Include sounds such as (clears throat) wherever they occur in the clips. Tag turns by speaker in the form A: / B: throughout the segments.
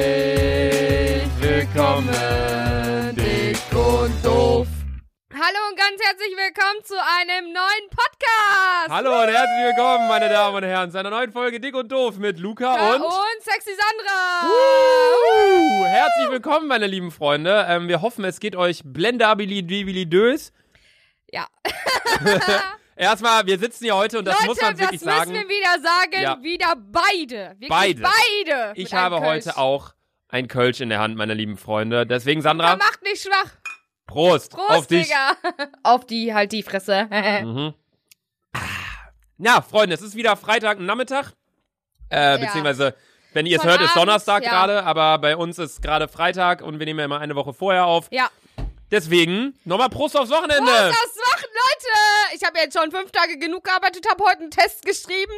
A: Herzlich willkommen, dick und doof.
B: Hallo und ganz herzlich willkommen zu einem neuen Podcast.
A: Hallo und herzlich willkommen, meine Damen und Herren, zu einer neuen Folge Dick und Doof mit Luca und.
B: und Sexy Sandra.
A: Wuhu! Herzlich willkommen, meine lieben Freunde. Ähm, wir hoffen, es geht euch blendabilidös.
B: Ja,
A: (laughs) Erstmal, wir sitzen hier heute und das
B: Leute,
A: muss man
B: das
A: wirklich
B: müssen
A: sagen.
B: wir wieder sagen.
A: Ja.
B: Wieder beide. Wirklich
A: Beide.
B: beide mit
A: Ich
B: einem
A: habe
B: Kölsch.
A: heute auch ein Kölsch in der Hand, meine lieben Freunde. Deswegen, Sandra,
B: Ja, macht mich schwach.
A: Prost,
B: Prost,
A: auf dich.
B: Digga. Auf die, halt die Fresse.
A: Mhm. Ah. Na, Freunde, es ist wieder Freitag Nachmittag. Äh,
B: Ja.
A: Beziehungsweise, wenn ihr es
B: Schon
A: hört, ist
B: abends,
A: Donnerstag
B: ja.
A: gerade, aber bei uns ist gerade Freitag und wir nehmen ja immer eine Woche vorher auf.
B: ja.
A: Deswegen, nochmal Prost aufs Wochenende.
B: Was Oh, das machen, Leute? Ich habe jetzt schon fünf Tage genug gearbeitet, habe heute einen Test geschrieben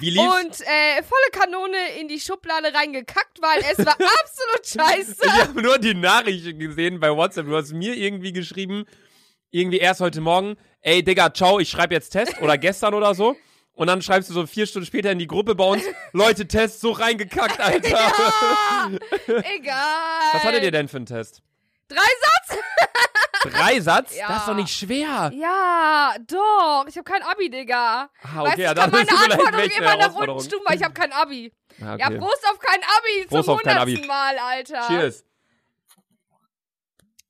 A: Wie lief's?
B: und äh, volle Kanone in die Schublade reingekackt, weil es
A: (laughs)
B: war absolut scheiße.
A: Ich habe nur die Nachrichten gesehen bei WhatsApp. Du hast mir irgendwie geschrieben, irgendwie erst heute Morgen, ey Digga, ciao, ich schreibe jetzt Test oder gestern oder so. Und dann schreibst du so vier Stunden später in die Gruppe bei uns, Leute, Test so
B: (laughs)
A: reingekackt, Alter.
B: Egal.
A: Was hattet ihr denn für einen Test?
B: Drei Sachen?
A: Drei Satz?
B: Ja.
A: Das ist doch nicht schwer.
B: Ja, doch. Ich habe kein Abi, Digga.
A: Ah,
B: weißt
A: okay,
B: du,
A: ja,
B: ich
A: dann
B: kann meine
A: ist vielleicht
B: Anforderungen
A: welche
B: immer nach
A: Herausforderung.
B: unten stufen, weil ich habe kein Abi.
A: Ah,
B: Ja,
A: okay.
B: Prost auf kein Abi
A: Prost
B: zum
A: auf kein
B: hundertsten
A: Abi.
B: Mal, Alter.
A: Cheers.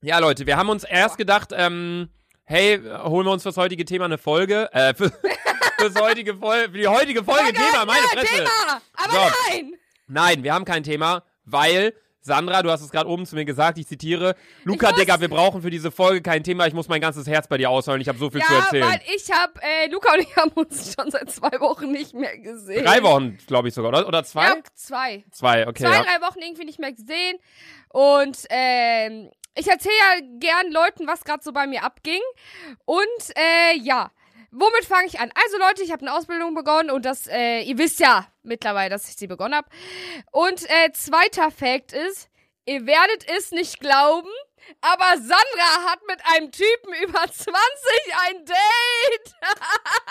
A: Ja, Leute, wir haben uns erst gedacht, ähm, hey, holen wir uns fürs heutige Thema eine Folge. Äh, (laughs) für, fürs heutige Folge, für die heutige Folge Thema, meine
B: Ja,
A: Fresse.
B: Thema. Aber
A: So.
B: nein.
A: Nein, wir haben kein Thema, weil. Sandra, du hast es gerade oben zu mir gesagt, ich zitiere, Luca,
B: muss-
A: Digga, wir brauchen für diese Folge kein Thema, ich muss mein ganzes Herz bei dir ausheulen, ich habe so viel zu
B: Ja,
A: erzählen.
B: weil ich habe, äh, Luca und ich haben uns schon seit zwei Wochen nicht mehr gesehen.
A: Drei Wochen, glaube ich sogar, oder? Oder zwei?
B: Ja, zwei.
A: Zwei, okay.
B: zwei,
A: ja.
B: drei Wochen irgendwie nicht mehr gesehen. Und ähm, ich erzähle ja gern Leuten, was gerade so bei mir abging. Und äh, ja, womit fange ich an? Also Leute, ich habe eine Ausbildung begonnen und das, äh, ihr wisst ja mittlerweile, dass ich sie begonnen habe. Und äh, zweiter Fact ist, ihr werdet es nicht glauben, aber Sandra hat mit einem Typen über 20 ein Date. (laughs)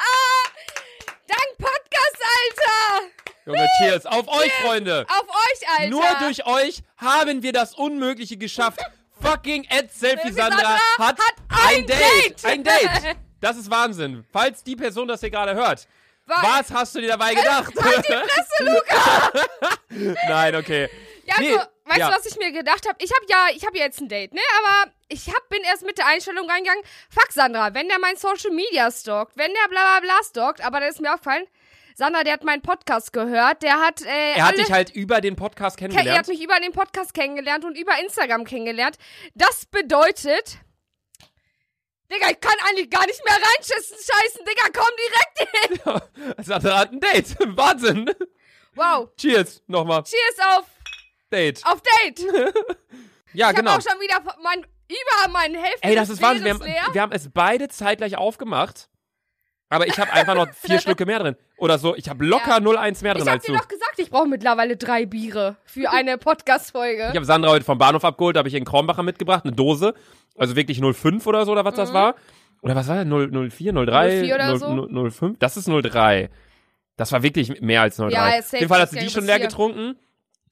B: Dank Podcast, Alter!
A: Junge, cheers. Auf euch, Freunde.
B: Auf euch, Alter!
A: Nur durch euch haben wir das Unmögliche
B: (laughs)
A: geschafft. Fucking Ed Selfie Sandra,
B: Sandra
A: hat,
B: hat
A: ein
B: ein
A: Date.
B: Date.
A: Ein
B: (laughs)
A: Date. Das ist Wahnsinn. Falls die Person das hier gerade hört,
B: War-
A: was hast du dir dabei gedacht? Halt die Fresse, Luca. (laughs) Nein, okay.
B: Ja,
A: Nee,
B: also, weißt
A: ja.
B: du, was ich mir gedacht habe? Ich habe ja, ich habe ja jetzt ein Date, ne? Aber ich hab, bin erst mit der Einstellung reingegangen, fuck Sandra, wenn der mein Social Media stalkt, wenn der bla bla bla stalkt, aber dann ist mir aufgefallen, Sandra, der hat meinen Podcast gehört, der hat, äh,
A: Er hat
B: alle,
A: dich halt über den Podcast
B: ke- er hat
A: kennengelernt.
B: mich über den Podcast kennengelernt und über Instagram kennengelernt. Das bedeutet, Digga, ich kann eigentlich gar nicht mehr reinschissen, scheißen, Digga, komm direkt hin.
A: Sandra hat ein Date. (laughs) Wahnsinn.
B: Wow,
A: Cheers. Nochmal.
B: cheers auf,
A: Date.
B: auf
A: (laughs)
B: Date.
A: Ja,
B: Oh, ich
A: genau.
B: hab auch schon wieder mein, über meinen Hälfte
A: Ey, das
B: des
A: ist Wahnsinn. Wir
B: Bieres
A: haben,
B: leer.
A: wir haben es beide zeitgleich aufgemacht. Aber ich habe einfach
B: (laughs)
A: noch vier Schlucke mehr drin. Oder so. Ich habe locker
B: Ja.
A: 0,1 mehr drin
B: Ich hab
A: als du.
B: dir doch gesagt, ich brauche mittlerweile drei Biere
A: (laughs)
B: für eine Podcast-Folge.
A: Ich habe Sandra heute vom Bahnhof abgeholt, da habe ich ihr einen Kronbacher mitgebracht, eine Dose. Also wirklich 05 oder so, oder was das war. Oder was war das? 0- 04, 03,
B: 04 Mhm. oder
A: 0-
B: so?
A: 0- 05? Das ist 03. Das war wirklich mehr als 03.
B: Ja,
A: Auf
B: safe,
A: jeden Fall hast du
B: safe,
A: die
B: safe,
A: schon
B: bis
A: leer
B: hier.
A: getrunken.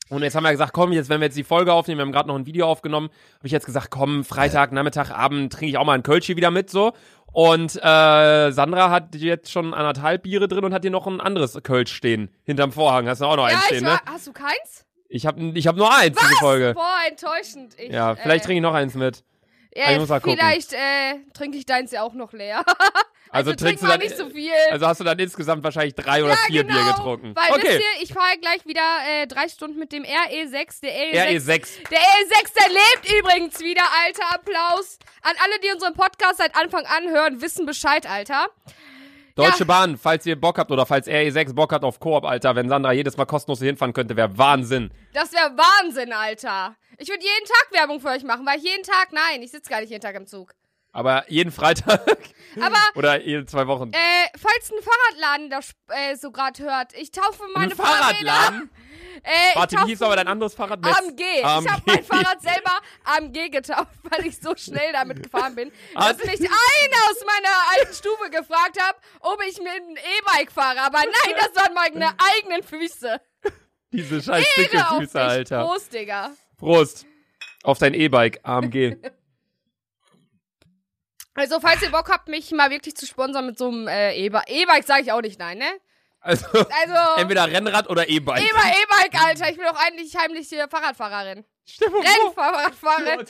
A: Und jetzt haben wir gesagt, komm, jetzt, wenn wir jetzt die Folge aufnehmen, wir haben gerade noch ein Video aufgenommen, habe ich jetzt gesagt, komm, Freitag, Nachmittag, Abend trinke ich auch mal ein Kölschi wieder mit, so. Und äh, Sandra hat jetzt schon anderthalb Biere drin und hat dir noch ein anderes Kölsch stehen. Hinterm Vorhang hast du auch noch
B: ja,
A: eins
B: ich
A: stehen, ne?
B: war, hast du keins?
A: Ich habe ich hab nur eins diese Folge.
B: Boah, enttäuschend. Ich,
A: Ja, vielleicht
B: äh,
A: trinke ich noch eins mit.
B: ja,
A: aber ich muss mal gucken.
B: Vielleicht äh, trinke ich deins ja auch noch leer. (laughs)
A: Also,
B: Also trink
A: trinkst du
B: mal
A: dann
B: nicht so viel.
A: Also hast du dann insgesamt wahrscheinlich drei oder
B: ja,
A: vier
B: genau,
A: Bier getrunken.
B: Weil
A: okay.
B: wisst ihr, ich fahre gleich wieder äh, drei Stunden mit dem RE6, der RE6.
A: E RE6.
B: Der RE6, der lebt übrigens wieder, Alter. Applaus. An alle, die unseren Podcast seit Anfang an hören, wissen Bescheid, Alter.
A: Deutsche Bahn, falls ihr Bock habt oder falls RE6 Bock hat auf Koop, Alter, wenn Sandra jedes Mal kostenlos hier hinfahren könnte, wäre Wahnsinn.
B: Das wäre Wahnsinn, Alter. Ich würde jeden Tag Werbung für euch machen, weil ich jeden Tag, nein, ich sitze gar nicht jeden Tag im Zug.
A: Aber jeden Freitag
B: (laughs) Aber
A: (laughs) oder jede zwei Wochen.
B: äh, falls ein Fahrradladen das äh, so gerade hört, ich taufe meine
A: Ein Fahrradladen?
B: Fahrräder. Äh,
A: Warte,
B: ich
A: wie
B: taufe
A: hieß aber dein anderes Fahrrad? West-
B: AMG. Ich habe mein Fahrrad selber AMG getauft, weil ich so schnell damit gefahren bin, dass
A: Hat-
B: mich einer aus meiner alten Stufe gefragt hat, ob ich mit einem E-Bike fahre. Aber nein, das waren meine eigenen Füße.
A: (laughs) Diese scheiß dicke
B: Digga, auf dich.
A: Füße, Alter.
B: Prost, Digga.
A: Prost. Auf dein E-Bike,
B: (laughs)
A: AMG.
B: Also, falls ihr Bock habt, mich mal wirklich zu sponsern mit so einem äh, E-Bike. E-Bike sage ich auch nicht nein, ne?
A: Also,
B: Also,
A: entweder Rennrad oder E-Bike.
B: E-Bike, E-Bike, Alter. Ich bin doch eigentlich heimliche Fahrradfahrerin.
A: Stell mal vor,
B: Rennfahrradfahrerin.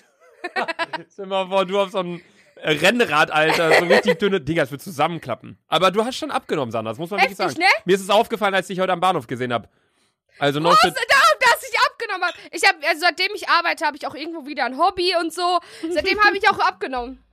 A: (laughs) Stell mal vor, du auf so einem Rennrad, Alter, so richtig dünne Dinger, das wird zusammenklappen. Aber du hast schon abgenommen, Sandra, das muss man wirklich
B: Heftig,
A: sagen.
B: ne?
A: Mir ist es aufgefallen, als ich dich heute am Bahnhof gesehen habe. Also noch
B: Außer darum, dass ich abgenommen habe. Ich habe, also seitdem ich arbeite, habe ich auch irgendwo wieder ein Hobby und so. Seitdem habe ich auch abgenommen.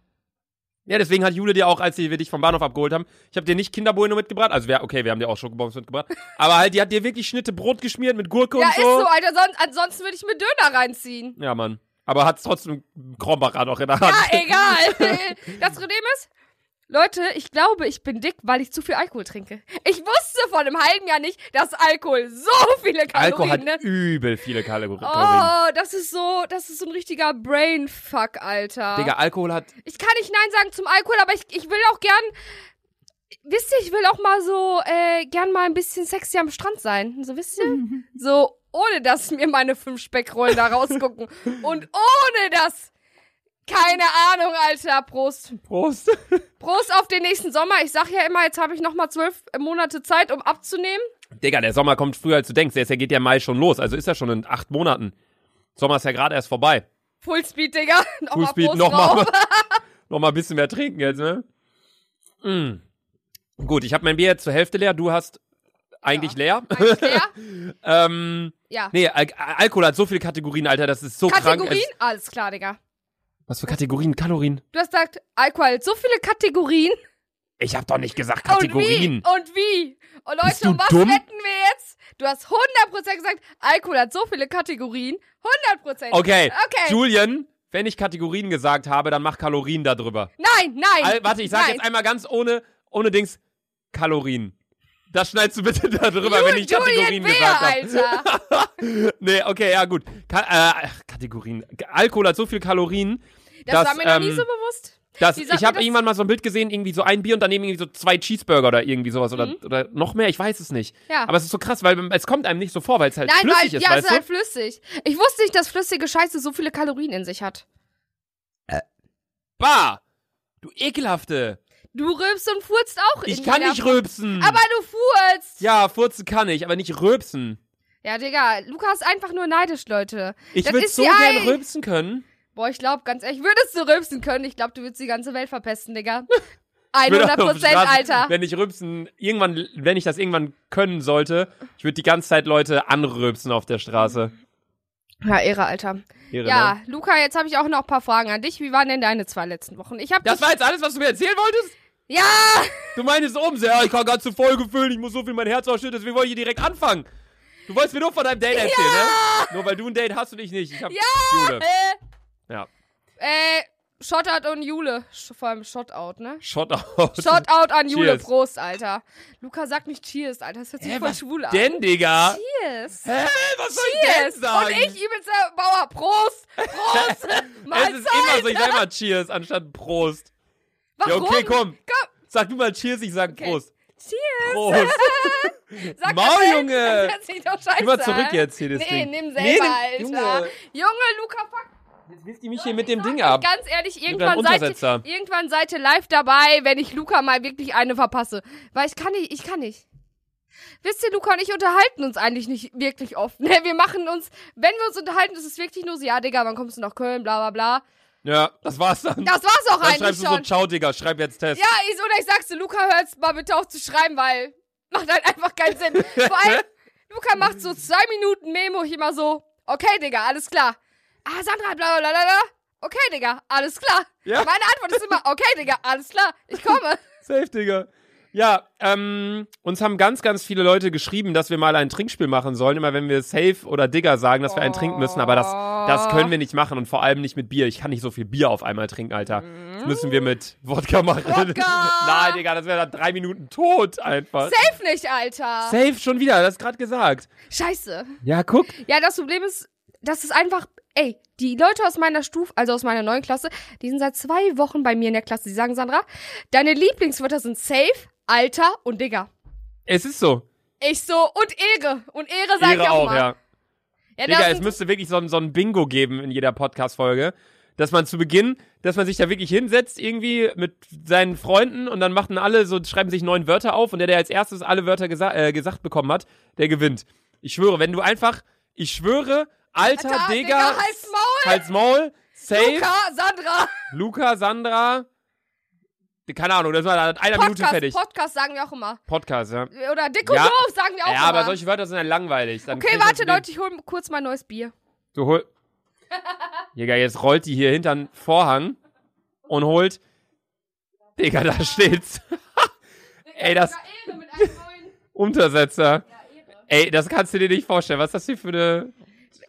A: Ja, deswegen hat Jule dir auch, als wir dich vom Bahnhof abgeholt haben, ich habe dir nicht Kinderbueno mitgebracht, also wer, okay, wir haben dir auch Schokobons mitgebracht, aber halt, die hat dir wirklich Schnitte Brot geschmiert mit Gurke
B: Ja,
A: und
B: ist
A: so.
B: so, Alter. Sonst, ansonsten würde ich mir Döner reinziehen.
A: Ja, Mann. Aber hat's trotzdem Krombacher noch in der Hand.
B: Ah, egal. (laughs) Das Problem ist, Leute, ich glaube, ich bin dick, weil ich zu viel Alkohol trinke. Ich wusste vor einem halben Jahr nicht, dass Alkohol so viele
A: Alkohol
B: Kalorien
A: hat
B: ne?
A: übel viele Kalorien.
B: Oh, das ist so, das ist so ein richtiger Brainfuck, Alter.
A: Digga, Alkohol hat
B: Ich kann nicht Nein sagen zum Alkohol, aber ich, ich will auch gern. Wisst ihr, ich will auch mal so äh, gern mal ein bisschen sexy am Strand sein. So,
A: (laughs)
B: wisst ihr? So, ohne dass mir meine fünf Speckrollen
A: (laughs)
B: da rausgucken. Und ohne dass. Keine Ahnung, Alter. Prost.
A: Prost.
B: Prost auf den nächsten Sommer. Ich sag ja immer, jetzt habe ich nochmal zwölf Monate Zeit, um abzunehmen.
A: Digga, der Sommer kommt früher als du denkst. Der ist ja- geht ja im Mai schon los. Also ist ja schon in acht Monaten. Sommer ist ja gerade erst vorbei.
B: Fullspeed, Digga. (laughs) Nochmal
A: Fußbeat,
B: Prost
A: nochmal
B: drauf.
A: (laughs) noch mal ein bisschen mehr trinken jetzt, ne? Mm. Gut, ich habe mein Bier jetzt zur Hälfte leer. Du hast eigentlich leer.
B: Eigentlich leer?
A: (laughs) ähm,
B: Ja.
A: nee, Al Al- Alkohol hat so viele Kategorien, Alter. Das ist so krank.
B: Kategorien?
A: Es-
B: Alles klar, Digga.
A: Was für Kategorien? Kalorien?
B: Du hast gesagt, Alkohol, hat so viele Kategorien.
A: Ich habe doch nicht gesagt
B: Und
A: Kategorien.
B: wie? Und wie? Und
A: Bist
B: Leute,
A: du
B: um was
A: dumm?
B: wetten wir jetzt? Du hast 100% gesagt, Alkohol hat so viele Kategorien. 100%.
A: Okay.
B: Oh, Okay.
A: Julian, wenn ich Kategorien gesagt habe, dann mach Kalorien darüber.
B: nein, nein.
A: Al warte, ich sage
B: nein.
A: jetzt einmal ganz ohne, ohne Dings Kalorien. Das schneidest du bitte (laughs) darüber, wenn ich
B: Julian
A: Kategorien
B: Bär,
A: gesagt habe. (laughs)
B: Alter.
A: Nee, okay, ja gut. Ka äh, ach, Kategorien. Alkohol hat so viel Kalorien.
B: Das,
A: dass,
B: war mir noch nie
A: ähm,
B: so bewusst.
A: dass,
B: Wie sagt
A: ich
B: man
A: habe
B: das?
A: irgendwann mal so ein Bild gesehen, irgendwie so ein Bier und daneben irgendwie so zwei Cheeseburger oder irgendwie sowas oder,
B: Mhm.
A: oder noch mehr, ich weiß es nicht.
B: Ja.
A: Aber es ist so krass, weil es kommt einem nicht so vor, weil es halt
B: Ah. Nein,
A: flüssig
B: weil,
A: ist,
B: ja, es
A: weißt
B: ist
A: du?
B: halt flüssig. Ich wusste nicht, dass flüssige Scheiße so viele Kalorien in sich hat.
A: bah! Du ekelhafte!
B: Du rülpst und furzt auch
A: Ich
B: in
A: kann
B: jeder-
A: nicht rülpsen!
B: Aber du furzt.
A: ja, furzen kann ich, aber nicht rülpsen.
B: Ja, Digga, Luca ist einfach nur neidisch, Leute.
A: Ich
B: Das
A: würde
B: ist
A: so
B: die
A: gern
B: Ei-
A: rülpsen können.
B: Boah, ich glaube, ganz ehrlich, würdest du rülpsen können, ich glaube, du würdest die ganze Welt
A: (laughs)
B: verpesten, Digga.
A: Ich würd auf
B: 100
A: der
B: Prozent,
A: Straße,
B: Alter.
A: Wenn ich rülpsen, irgendwann, wenn ich das irgendwann können sollte, ich würde die ganze Zeit Leute anrülpsen auf der Straße.
B: Ja, Ehre, Alter.
A: Irre, ne?
B: Ja, Luca, jetzt habe ich auch noch ein paar Fragen an dich. Wie waren denn deine zwei letzten Wochen? Ich habe
A: Das war jetzt alles, was du mir erzählen wolltest?
B: Ja,
A: Du meinst oben so, ja, ich kann ganze Folge füllen, ich muss so viel mein Herz ausschütten, deswegen wollte ich hier direkt anfangen. Du wolltest mir nur von deinem Date erzählen, ne? Nur weil du ein Date hast und ich nicht. Ich hab ja. Jule. Ja.
B: äh, Shotout und Jule. Sch- Vor allem Shotout, ne?
A: Shot out.
B: Shotout an Jule,
A: Cheers.
B: Prost, Alter. Luca sagt nicht Cheers, Alter. Das hört sich
A: Hä,
B: voll
A: was
B: schwul an.
A: Denn, Digga?
B: Cheers.
A: Hä, was soll ich
B: Cheers.
A: denn sagen?
B: Und ich übelster Bauer.
A: (laughs)
B: Prost. Prost.
A: Es ist
B: Mahlzeit.
A: immer so, ich sag
B: ne?
A: mal Cheers anstatt Prost. Ja,
B: Warum?
A: okay, komm.
B: Komm.
A: Sag du mal Cheers, ich sag
B: Okay.
A: Prost.
B: Cheers.
A: Prost.
B: Sag
A: Maul,
B: das selbst,
A: Junge.
B: Das hört sich doch scheiße
A: Geh mal zurück
B: an.
A: jetzt hier, das
B: Nee,
A: Ding.
B: nimm selber,
A: Nee, nimm-
B: Alter.
A: Junge.
B: Junge, Luca, fuck.
A: Jetzt wisst ihr mich hier mit dem Ding
B: Ich
A: ab.
B: Ganz ehrlich,
A: deinem
B: irgendwann seid,
A: Untersetzer.
B: ihr, irgendwann seid ihr live dabei, wenn ich Luca mal wirklich eine verpasse. Weil ich kann nicht, ich kann nicht. Wisst ihr, Luca und ich unterhalten uns eigentlich nicht wirklich oft. Ne, wir machen uns, wenn wir uns unterhalten, ist es wirklich nur so, ja, Digga, wann kommst du nach Köln, bla, bla, bla.
A: Ja, das war's dann.
B: Das war's auch
A: dann
B: eigentlich
A: schreibst du so,
B: schon.
A: ciao, Digga, schreib jetzt Test.
B: ja, ich, oder ich sag's dir, Luca, hört's mal bitte auf zu schreiben, weil macht halt einfach keinen Sinn. Vor allem, Luca macht so zwei Minuten Memo, ich immer so, okay, Digga, alles klar. Ah, Sandra, bla, bla, bla, bla. Okay, Digga, alles klar.
A: Ja.
B: Meine Antwort ist immer, okay, Digga, alles klar, ich komme.
A: Safe, Digga. Ja, ähm, uns haben ganz, ganz viele Leute geschrieben, dass wir mal ein Trinkspiel machen sollen. Immer wenn wir Safe oder Digger sagen, dass wir einen trinken müssen. Aber das, das können wir nicht machen und vor allem nicht mit Bier. Ich kann nicht so viel Bier auf einmal trinken, Alter. Das müssen wir mit Wodka machen.
B: Wodka!
A: (laughs) Nein, Digga, das wäre dann drei Minuten tot einfach.
B: Safe nicht, Alter.
A: Safe schon wieder, das gerade gesagt.
B: Scheiße.
A: Ja, guck.
B: Ja, das Problem ist, das ist einfach, ey, die Leute aus meiner Stufe, also aus meiner neuen Klasse, die sind seit zwei Wochen bei mir in der Klasse. Die sagen, Sandra, deine Lieblingswörter sind safe, Alter und Digga.
A: Es ist so.
B: Ich so, und Ehre. Und Ehre sag ich
A: Ihre
B: auch,
A: auch,
B: mal.
A: ja.
B: Ja,
A: Digga,
B: das
A: es
B: sind-
A: müsste wirklich so ein, so ein Bingo geben in jeder Podcast-Folge. Dass man zu Beginn, dass man sich da wirklich hinsetzt, irgendwie mit seinen Freunden und dann machen alle so, schreiben sich neun Wörter auf und der, der als erstes alle Wörter gesa äh, gesagt bekommen hat, der gewinnt. Ich schwöre, wenn du einfach, ich schwöre, Alter,
B: Alter,
A: Digga,
B: Digga, halt's Maul,
A: halt's Maul, safe, Luca,
B: Luca, Sandra.
A: Sandra, keine Ahnung, das war dann in einer Minute fertig.
B: Podcast, Podcast sagen wir auch immer.
A: Podcast, ja.
B: Oder dick und
A: Ja.
B: doof sagen wir auch
A: Ja, aber
B: immer.
A: solche Wörter sind dann langweilig. Dann
B: okay,
A: kriegt man
B: warte,
A: den-
B: Leute, ich hole kurz mein neues Bier.
A: Du hol. Digga, jetzt rollt die hier hinter den Vorhang und holt. Digga, da steht's. (laughs) Ey, das- Untersetzer. Ey, das kannst du dir nicht vorstellen. Was ist das hier für eine.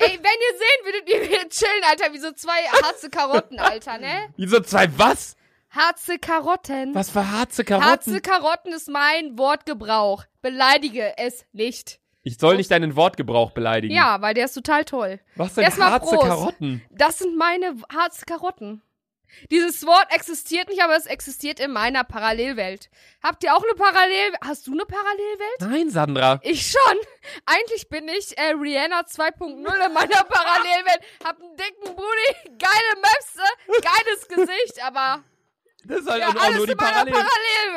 B: Ey, wenn ihr sehen würdet, wie wir chillen, Alter, wie so zwei harze Karotten, Alter, ne?
A: Wie so zwei was?
B: Harze Karotten.
A: Was für harze
B: Harze
A: Karotten?
B: Karotten ist mein Wortgebrauch. Beleidige es nicht.
A: Ich soll nicht deinen Wortgebrauch beleidigen.
B: Ja, weil der ist total toll.
A: Was denn
B: Erstmal
A: harze
B: Prost.
A: Karotten?
B: Das sind meine Harze Karotten. Dieses Wort existiert nicht, aber es existiert in meiner Parallelwelt. Habt ihr auch eine Parallel? Hast du eine Parallelwelt?
A: Nein, Sandra.
B: Ich schon. (laughs) Eigentlich bin ich äh, Rihanna 2.0 in meiner Parallelwelt. Hab einen dicken Booty, geile Möpse, geiles Gesicht, aber
A: Das ist halt
B: ja,
A: auch nur
B: alles
A: die
B: in meiner
A: Parallelen.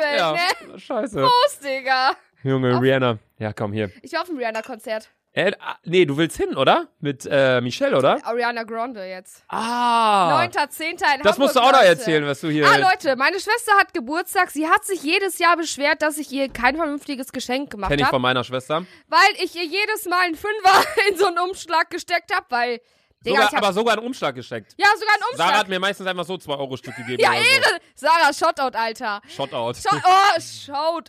B: Parallelwelt, ne?
A: ja. Scheiße.
B: Los, Digga.
A: Junge, Rihanna. Ja, komm hier.
B: Ich war auf dem Rihanna-Konzert.
A: Äh, ah, nee, du willst hin, oder? Mit äh, Michelle, oder?
B: Ariana Grande jetzt.
A: Ah.
B: 9.10. in Hamburg.
A: Das musst du auch noch
B: Leute.
A: erzählen, was du hier.
B: Ah, Leute, meine Schwester hat Geburtstag. Sie hat sich jedes Jahr beschwert, dass ich ihr kein vernünftiges Geschenk gemacht
A: Kenn ich
B: habe,
A: von meiner Schwester.
B: weil ich ihr jedes Mal einen Fünfer (laughs) in so einen Umschlag gesteckt habe, weil, Digga,
A: sogar,
B: ich hab,
A: aber sogar einen Umschlag gesteckt.
B: ja, sogar einen Umschlag.
A: Sarah hat mir meistens einfach so 2 Euro Stück gegeben.
B: Ja,
A: oder
B: Ehre! Sarah, Shoutout, Alter.
A: So. Shoutout.
B: Shou-
A: (laughs)
B: oh,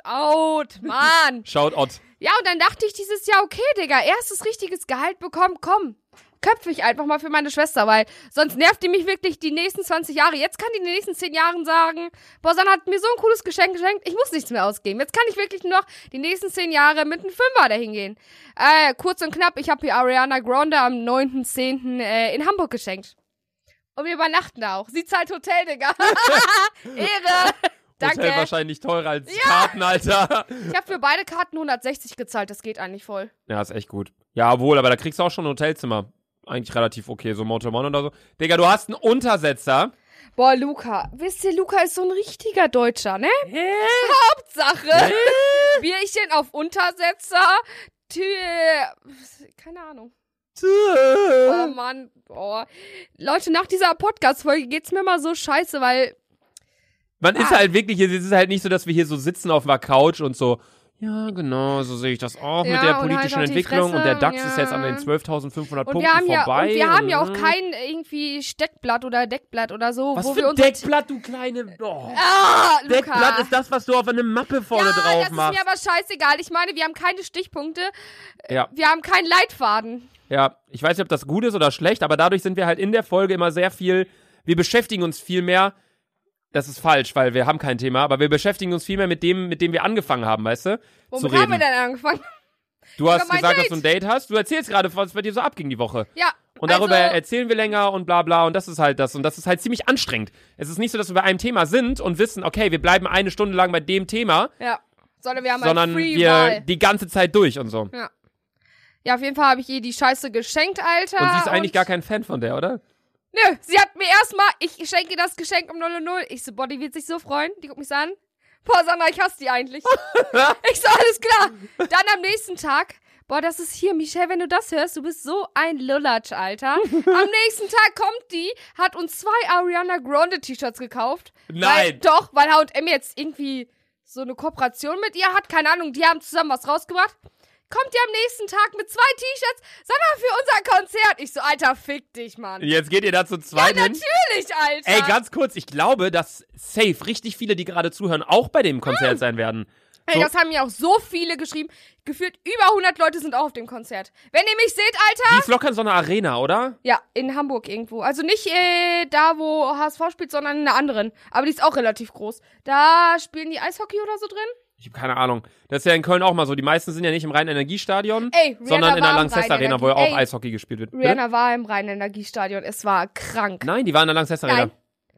B: Shoutout, Mann.
A: Shoutout.
B: Ja, und dann dachte ich dieses Jahr, okay, Digga, erstes richtiges Gehalt bekommen, komm. Köpfe ich einfach mal für meine Schwester, weil sonst nervt die mich wirklich die nächsten 20 Jahre. Jetzt kann die in den nächsten 10 Jahren sagen, boah, Sanna hat mir so ein cooles Geschenk geschenkt, ich muss nichts mehr ausgeben. Jetzt kann ich wirklich nur noch die nächsten 10 Jahre mit einem Fünfer dahin gehen. Äh, kurz und knapp, ich habe hier Ariana Grande am 9.10. Äh, in Hamburg geschenkt. Und wir übernachten da auch. Sie zahlt Hotel, Digga. Ehre.
A: Hotel
B: Danke.
A: wahrscheinlich teurer als Karten, Alter.
B: Ich habe für beide Karten 160 gezahlt, das geht eigentlich voll.
A: Ja, ist echt gut. Ja, wohl, aber da kriegst du auch schon ein Hotelzimmer. Eigentlich relativ okay, so Motel One oder so. Digga, du hast einen Untersetzer.
B: Boah, Luca. Wisst ihr, Luca ist so ein richtiger Deutscher, ne? Hauptsache.
A: (laughs)
B: Bierchen auf Untersetzer. Tü Keine Ahnung. Oh Mann. Boah. Leute, nach dieser Podcast-Folge geht's mir mal so scheiße, weil.
A: Man ist
B: Ah.
A: halt wirklich hier, es ist halt nicht so, dass wir hier so sitzen auf einer Couch und so, ja, genau, so sehe ich das auch
B: Ja,
A: mit der
B: und halt
A: politischen
B: auf die
A: Entwicklung und der
B: Fresse,
A: DAX ist jetzt an den
B: ja.
A: 12.500
B: Und
A: Punkten
B: wir haben ja, und
A: vorbei.
B: wir haben ja auch
A: Mhm.
B: kein irgendwie Steckblatt oder Deckblatt oder so,
A: Was
B: wo
A: für
B: wir
A: ein
B: uns.
A: Deckblatt, du kleine. Oh.
B: ah, Luca.
A: Deckblatt ist das, was du auf eine Mappe vorne
B: ja,
A: drauf
B: das ist
A: machst.
B: mir aber scheißegal. Ich meine, wir haben keine Stichpunkte,
A: Ja,
B: wir haben keinen Leitfaden.
A: ja. Ich weiß nicht, ob das gut ist oder schlecht, aber dadurch sind wir halt in der Folge immer sehr viel. Wir beschäftigen uns viel mehr. Das ist falsch, weil wir haben kein Thema, aber wir beschäftigen uns viel mehr mit dem, mit dem wir angefangen haben, weißt du?
B: Womit
A: zu reden.
B: haben wir denn angefangen? (laughs)
A: du hast
B: über mein
A: gesagt, dass
B: Date?
A: du ein Date hast. Du erzählst gerade, was bei dir so abging die Woche.
B: Ja.
A: Und darüber
B: also,
A: erzählen wir länger und bla bla und das ist halt das und das ist halt ziemlich anstrengend. Es ist nicht so, dass wir bei einem Thema sind und wissen, okay, wir bleiben eine Stunde lang bei dem Thema,
B: Ja. Sondern wir haben
A: sondern
B: halt Free
A: wir
B: Wahl.
A: die ganze Zeit durch und so. Und
B: Ja, auf jeden Fall habe ich ihr die Scheiße geschenkt, Alter.
A: sie ist eigentlich gar kein Fan von der, oder?
B: Nö, sie hat mir erstmal, ich schenke ihr das Geschenk um 0 und 0. Ich so, boah, die wird sich so freuen. Die guckt mich so an. Boah, Sandra, ich hasse die eigentlich. ich so, alles klar. Dann am nächsten Tag. Boah, das ist hier, Michelle, wenn du das hörst, du bist so ein Lullatsch, Alter. Am nächsten Tag kommt die, hat uns zwei Ariana Grande T-Shirts gekauft. Weil,
A: Nein.
B: doch, weil H&M jetzt irgendwie so eine Kooperation mit ihr hat. Keine Ahnung, die haben zusammen was rausgebracht. Kommt die am nächsten Tag mit zwei T-Shirts, Sandra, für unser Konzert. Ich so, Alter, fick dich, Mann.
A: Jetzt geht ihr dazu zweiten.
B: Natürlich, Alter.
A: Ey, ganz kurz, ich glaube, dass safe richtig viele, die gerade zuhören, auch bei dem Konzert sein werden.
B: Ey,
A: so-
B: das haben mir auch so viele geschrieben. Gefühlt über 100 Leute sind auch auf dem Konzert. Wenn ihr mich seht, Alter.
A: Die ist locker in so einer Arena, oder?
B: Ja, in Hamburg irgendwo. Also nicht äh, da, wo HSV spielt, sondern in einer anderen. Aber die ist auch relativ groß. Da spielen die Eishockey oder so drin.
A: Ich habe keine Ahnung. Das ist ja in Köln auch mal so. Die meisten sind ja nicht im Rhein-Energiestadion,
B: Ey, Rihanna
A: sondern in
B: war
A: der
B: am
A: Lanxess Arena, wo ja auch
B: Rhein-Energie- Ey,
A: Eishockey gespielt wird. Bitte?
B: Rihanna war im Rhein-Energiestadion. Es war krank.
A: Nein, die waren in der Lanxess Arena.
B: Nein.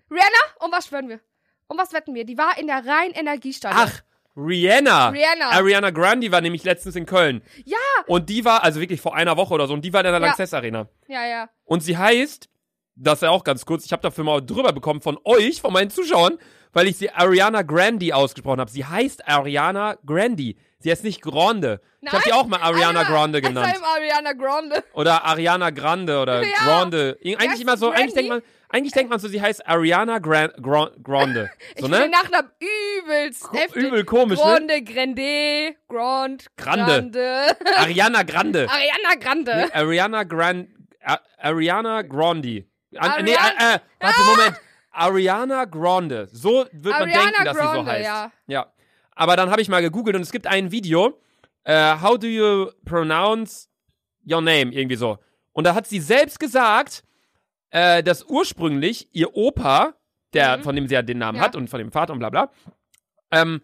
B: Rihanna, um was schwören wir? Um was wetten wir? Die war in der
A: Ach,
B: Rhein-Energiestadion.
A: Rihanna.
B: Rihanna.
A: Ariana Grande war nämlich letztens in Köln.
B: Ja.
A: Und die war, also wirklich vor einer Woche oder so, und die war in der
B: Ja.
A: Lanxess Arena.
B: Ja, ja.
A: Und sie heißt, das ist ja auch ganz kurz, ich habe dafür mal drüber bekommen von euch, von meinen Zuschauern, weil ich sie Ariana Grande ausgesprochen habe. Sie heißt Ariana Grande. Sie heißt nicht Grande. Ich habe
B: Nein,
A: die auch mal Ariana
B: Alter,
A: Grande
B: es war
A: genannt.
B: eben Ariana Grande.
A: Oder Ariana Grande oder
B: Ja.
A: Grande. Ir- Eigentlich
B: Ja,
A: immer so, eigentlich denkt
B: Grandi.
A: man, eigentlich denkt man so, sie heißt Ariana Gran Gran Grande.
B: Ich
A: So,
B: finde den
A: ne?
B: Nachnamen übelst
A: Ko-
B: heftig.
A: Übel komisch, ne?
B: Grande, Grande, Grand,
A: Grande. (laughs) Ariana Grande.
B: Ariana Grande.
A: Nee, Ariana Grande. Ariana Grande. An,
B: Arian-
A: nee, äh, äh, warte, Moment. Ariana Grande. So wird man
B: Ah! Ariana
A: denken, dass sie so
B: Grande,
A: heißt.
B: ja.
A: ja. Aber dann habe ich mal gegoogelt und es gibt ein Video. Äh, how do you pronounce your name? Irgendwie so. Und da hat sie selbst gesagt, äh, dass ursprünglich ihr Opa, der,
B: Mhm.
A: von dem sie ja den Namen
B: Ja.
A: hat und von dem Vater und bla bla, ähm,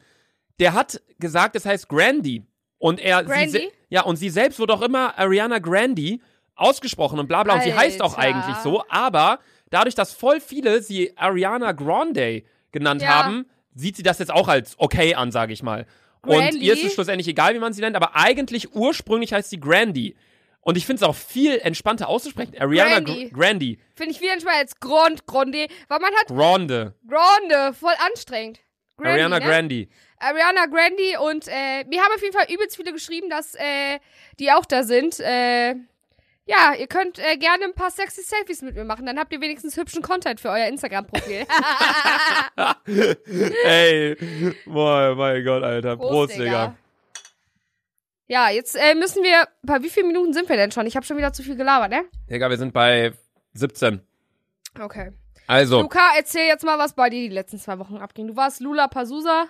A: der hat gesagt, es heißt Grandy. Und er,
B: Grandi?
A: Sie, se- ja, und sie selbst wurde auch immer Ariana Grande ausgesprochen und bla bla. Und sie heißt auch
B: Alter.
A: eigentlich so, aber dadurch, dass voll viele sie Ariana Grande genannt
B: Ja.
A: haben, sieht sie das jetzt auch als okay an, sage ich mal.
B: Grandi?
A: Und ihr ist es schlussendlich egal, wie man sie nennt, aber eigentlich ursprünglich heißt sie Grandy. Und ich finde es auch viel entspannter auszusprechen. Ariana
B: Grandi.
A: Grandi. Grandy.
B: Finde ich viel entspannter als Grand, Grande, weil man hat
A: Grande.
B: Grande, voll anstrengend. Grandi,
A: Ariana
B: ne?
A: Grandi.
B: Ariana Grande und äh, mir haben auf jeden Fall übelst viele geschrieben, dass äh, die auch da sind. Äh, ja, ihr könnt äh, gerne ein paar sexy Selfies mit mir machen, dann habt ihr wenigstens hübschen Content für euer
A: (laughs)
B: Instagram-Profil.
A: Ey. Boah, mein Gott, Alter. Prost, Digga.
B: Ja, jetzt äh, müssen wir. Bei wie vielen Minuten sind wir denn schon? Ich habe schon wieder zu viel gelabert, ne?
A: Digga, wir sind bei 17.
B: Okay.
A: Also,
B: Luca, erzähl jetzt mal, was bei dir die letzten zwei Wochen abging. Du warst Lula Pazusa.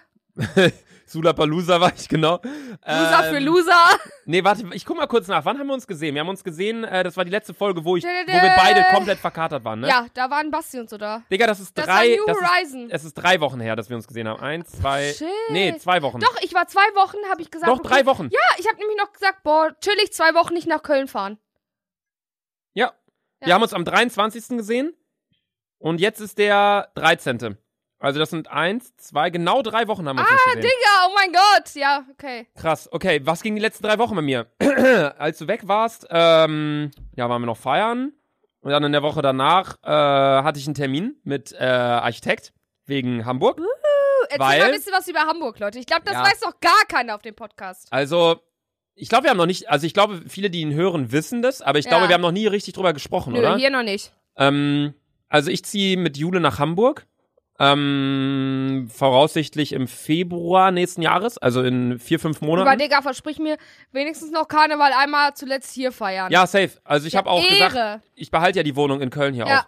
A: Sulapalooza war ich genau.
B: Loser
A: Ähm,
B: für Loser.
A: Nee, warte, ich guck mal kurz nach. Wann haben wir uns gesehen? Wir haben uns gesehen, äh, das war die letzte Folge, wo, ich, wo wir beide komplett verkatert waren, ne?
B: Ja, da waren Basti und so da.
A: Digga, das ist
B: Das
A: drei.
B: war New
A: das ist, ähm,
B: Horizon.
A: es ist drei Wochen her, dass wir uns gesehen haben. Eins, zwei.
B: Shit.
A: Nee, zwei Wochen.
B: Doch, ich war zwei Wochen, habe ich gesagt.
A: Doch,
B: okay.
A: drei Wochen.
B: Ja, ich habe nämlich noch gesagt, boah, chillig zwei Wochen nicht nach Köln fahren.
A: Ja.
B: Ja.
A: Wir haben uns am 23. gesehen und jetzt ist der 13. Also das sind eins, zwei, genau drei Wochen haben wir uns nicht gesehen.
B: Digga, oh mein Gott. Ja, okay.
A: Krass. Okay, was ging die letzten drei Wochen bei mir? (clears throat) Als du weg warst, ähm, ja, waren wir noch feiern. Und dann in der Woche danach äh, hatte ich einen Termin mit äh, Architekt wegen Hamburg.
B: Hm? Du, Erzähl
A: Weil-
B: mal ein bisschen was über Hamburg, Leute. Ich glaube, das
A: Ja.
B: weiß doch gar keiner auf dem Podcast.
A: Also, ich glaube, wir haben noch nicht, also ich glaube, viele, die ihn hören, wissen das, aber ich
B: Ja.
A: glaube, wir haben noch nie richtig drüber gesprochen,
B: Nö,
A: oder?
B: hier noch nicht.
A: Ähm, also ich ziehe mit Jule nach Hamburg. Ähm, voraussichtlich im Februar nächsten Jahres, also in vier, fünf
B: Aber
A: Monaten.
B: Digga, versprich mir wenigstens noch Karneval einmal zuletzt hier feiern.
A: Ja, safe. Also ich
B: Ja,
A: habe auch
B: Ehre.
A: gesagt, ich behalte ja die Wohnung in Köln hier
B: Ja.
A: auch.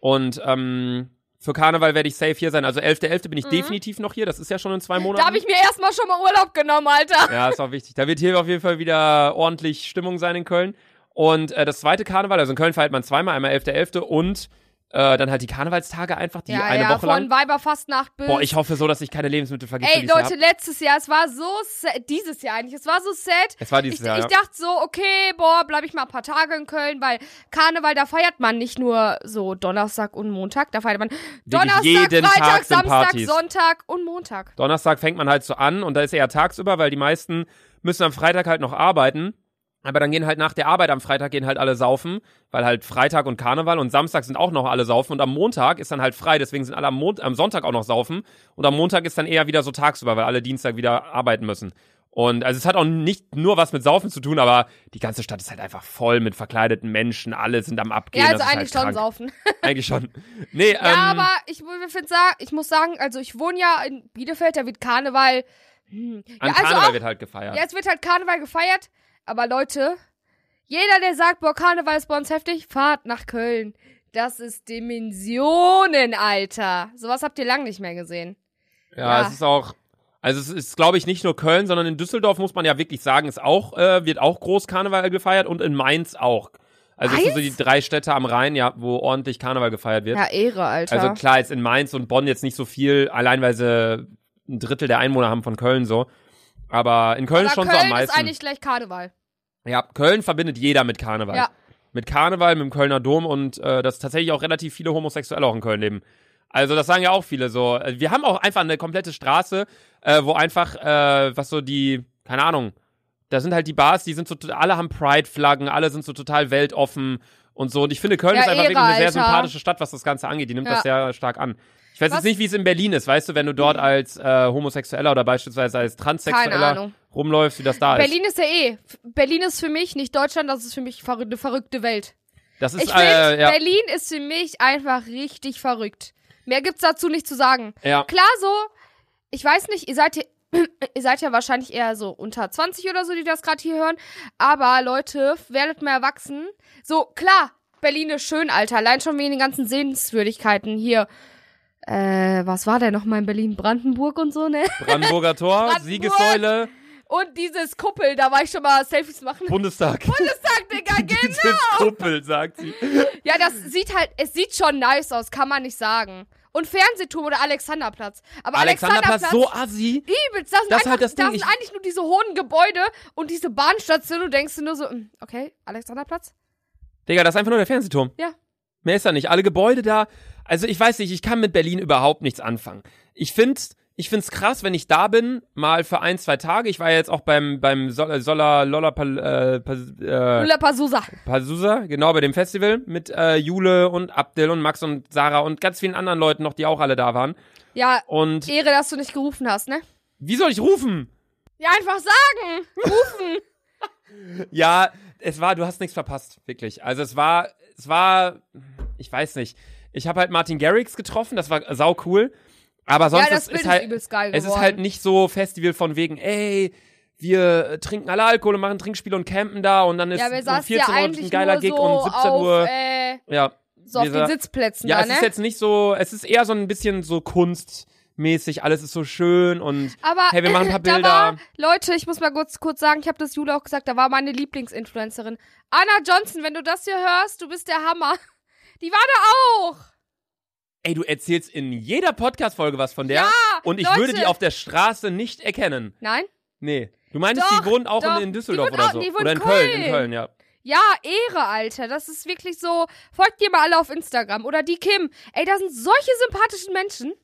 A: Und ähm, für Karneval werde ich safe hier sein. Also 11.11. bin ich definitiv noch hier. Das ist ja schon in zwei Monaten.
B: Da habe Mhm. ich mir erstmal schon mal Urlaub genommen, Alter.
A: ja, ist auch wichtig. Da wird hier auf jeden Fall wieder ordentlich Stimmung sein in Köln. Und äh, das zweite Karneval, also in Köln feiert man zweimal, einmal 11.11. und äh, dann halt die Karnevalstage einfach, die
B: ja,
A: eine
B: ja,
A: Woche
B: von
A: lang.
B: Weiberfastnacht bis.
A: Boah, ich hoffe so, dass ich keine Lebensmittel vergesse.
B: Ey,
A: dieses Jahr
B: Leute,
A: hab.
B: letztes Jahr, es war so sad, dieses Jahr eigentlich, es war so sad.
A: es war
B: Ich,
A: dieses Jahr.
B: ich
A: ja.
B: dachte so, okay, boah, bleib ich mal ein paar Tage in Köln, weil Karneval, da feiert man nicht nur so Donnerstag und Montag, da feiert man Donnerstag,
A: jeden
B: Freitag,
A: Tag sind
B: Samstag,
A: Partys.
B: Sonntag und Montag.
A: Donnerstag fängt man halt so an und da ist eher tagsüber, weil die meisten müssen am Freitag halt noch arbeiten. Aber dann gehen halt nach der Arbeit am Freitag gehen halt alle saufen, weil halt Freitag und Karneval und Samstag sind auch noch alle saufen und am Montag ist dann halt frei, deswegen sind alle am, Mon am Sonntag auch noch saufen und am Montag ist dann eher wieder so tagsüber, weil alle Dienstag wieder arbeiten müssen. Und also es hat auch nicht nur was mit Saufen zu tun, aber die ganze Stadt ist halt einfach voll mit verkleideten Menschen, alle sind am Abgehen.
B: ja, also
A: das ist
B: eigentlich
A: halt krank.
B: schon saufen.
A: Eigentlich schon. Nee, ähm,
B: Ja, aber ich, mu- ich find, sa- ich muss sagen, also ich wohne ja in Bielefeld, da wird Karneval. Hm. Ja,
A: an
B: also
A: Karneval
B: auch,
A: wird halt gefeiert.
B: ja, es wird halt Karneval gefeiert, aber Leute, jeder, der sagt, boah, Karneval ist bei uns heftig, fahrt nach Köln. Das ist Dimensionen, Alter. Sowas habt ihr lang nicht mehr gesehen.
A: Ja,
B: Ja.
A: es ist auch, also es ist, glaube ich, nicht nur Köln, sondern in Düsseldorf muss man ja wirklich sagen, ist auch, äh, wird auch groß Karneval gefeiert und in Mainz auch. Also es sind so die drei Städte am Rhein, ja, wo ordentlich Karneval gefeiert wird.
B: Ja, Ehre, Alter.
A: also klar, jetzt in Mainz und Bonn jetzt nicht so viel, allein weil sie ein Drittel der Einwohner haben von Köln so. Aber in Köln
B: aber
A: ist schon
B: Köln
A: so am
B: ist
A: meisten.
B: eigentlich gleich Karneval.
A: Ja, Köln verbindet jeder mit Karneval.
B: Ja.
A: Mit Karneval, mit dem Kölner Dom und äh, dass tatsächlich auch relativ Also, viele Homosexuelle auch in Köln leben. Also das sagen ja auch viele so. Äh, Wir haben auch einfach eine komplette Straße. äh, wo einfach, äh, was so die, keine Ahnung, da sind halt die Bars, die sind so, alle haben Pride-Flaggen, alle sind so total weltoffen und so. Und ich finde, Köln
B: Ja,
A: ist einfach
B: Ehre,
A: wirklich eine sehr
B: Alter.
A: sympathische Stadt, was das Ganze angeht. Die nimmt
B: Ja.
A: das sehr stark an. Ich weiß
B: Was- Mhm.
A: jetzt nicht, wie es in Berlin ist, weißt du, wenn du dort als äh, Homosexueller oder beispielsweise als Transsexueller
B: Ahnung.
A: rumläufst, wie das da ist.
B: Berlin ist ja eh. F- Berlin ist für mich nicht Deutschland, das ist für mich verrü- eine verrückte Welt.
A: Das ist,
B: Ich finde,
A: äh, ja,
B: Berlin ist für mich einfach richtig verrückt. Mehr gibt's dazu nicht zu sagen.
A: ja.
B: Klar so, ich weiß nicht, ihr seid hier, (clears throat) ihr seid ja wahrscheinlich eher so unter 20 oder so, die das gerade hier hören. Aber Leute, werdet mal erwachsen. So, klar, Berlin ist schön, Alter. Allein schon wegen den ganzen Sehenswürdigkeiten hier. Äh, was war denn nochmal in Berlin? Brandenburg und so, ne? (laughs)
A: Brandenburger Tor,
B: Brandenburg.
A: Siegessäule,
B: Und dieses Kuppel, da war ich schon mal Selfies machen. (laughs)
A: Bundestag. (laughs)
B: Bundestag, Digga, gehen.
A: Dieses Kuppel, sagt sie.
B: Ja, das sieht halt, es sieht schon nice aus, kann man nicht sagen. Und Fernsehturm oder Alexanderplatz. Aber Alexanderplatz,
A: Alexanderplatz, so assi.
B: übelst. Das, sind
A: Das ist
B: einfach,
A: halt das
B: da
A: Ding,
B: sind
A: ich-
B: eigentlich nur diese hohen Gebäude und diese Bahnstation. Du denkst dir nur so, mm, okay, Alexanderplatz.
A: Digga, das ist einfach nur der Fernsehturm.
B: Ja.
A: Mehr ist da nicht. Alle Gebäude da. Also ich weiß nicht, ich kann mit Berlin überhaupt nichts anfangen. Ich find's, ich find's krass, wenn ich da bin, mal für ein, zwei Tage. Ich war ja jetzt auch beim, beim Sol- äh, Sola, Lolla, Pal- äh, Pas- äh,
B: Lula Pasusa.
A: Pazusa, genau bei dem Festival mit äh, Jule und Abdel und Max und Sarah und ganz vielen anderen Leuten noch, die auch alle da waren.
B: Ja,
A: Und
B: Ehre, dass du nicht gerufen hast, ne?
A: wie soll ich rufen?
B: Ja, einfach sagen.
A: Ja, es war, du hast nichts verpasst, wirklich. Also es war, es war, ich weiß nicht. Ich habe halt Martin Garrix getroffen, das war sau cool. Aber sonst
B: ja,
A: es
B: das Bild
A: ist
B: ist,
A: halt,
B: übelst geil
A: es
B: geworden.
A: ist halt nicht so Festival von wegen, ey, wir äh, trinken alle Alkohol und machen Trinkspiele und campen da und dann ist
B: ja, wir
A: um
B: saßen
A: 14
B: ja
A: Uhr
B: eigentlich
A: ein geiler
B: nur
A: Gig
B: so
A: um 17
B: auf,
A: Uhr.
B: Äh,
A: ja,
B: so auf
A: Wir
B: den
A: sa-
B: Sitzplätzen
A: ja,
B: da,
A: es
B: ne?
A: ist halt- jetzt nicht so, es ist eher so ein bisschen so kunstmäßig, alles ist so schön und
B: Aber
A: Hey, wir machen ein paar
B: (laughs) da war,
A: Bilder.
B: Leute, ich muss mal kurz, kurz sagen, ich habe das Jule auch gesagt, da war meine Lieblingsinfluencerin. Anna Johnson, wenn du das hier hörst, du bist der Hammer. (laughs) Die war da auch.
A: ey, du erzählst in jeder Podcast-Folge was von der
B: Ja,
A: und ich
B: Leute.
A: würde die auf der Straße nicht erkennen.
B: Nein?
A: Nee. Du meinst,
B: Doch,
A: die wohnt auch
B: doch.
A: in, in
B: Die
A: Düsseldorf
B: wohnt
A: oder
B: auch-
A: so?
B: die wohnt
A: Oder in
B: in
A: Köln. in
B: Köln.
A: Köln, ja.
B: Ja, Ehre, Alter. Das ist wirklich so. Folgt ihr mal alle auf Instagram. Oder die Kim. Ey, da sind solche sympathischen Menschen.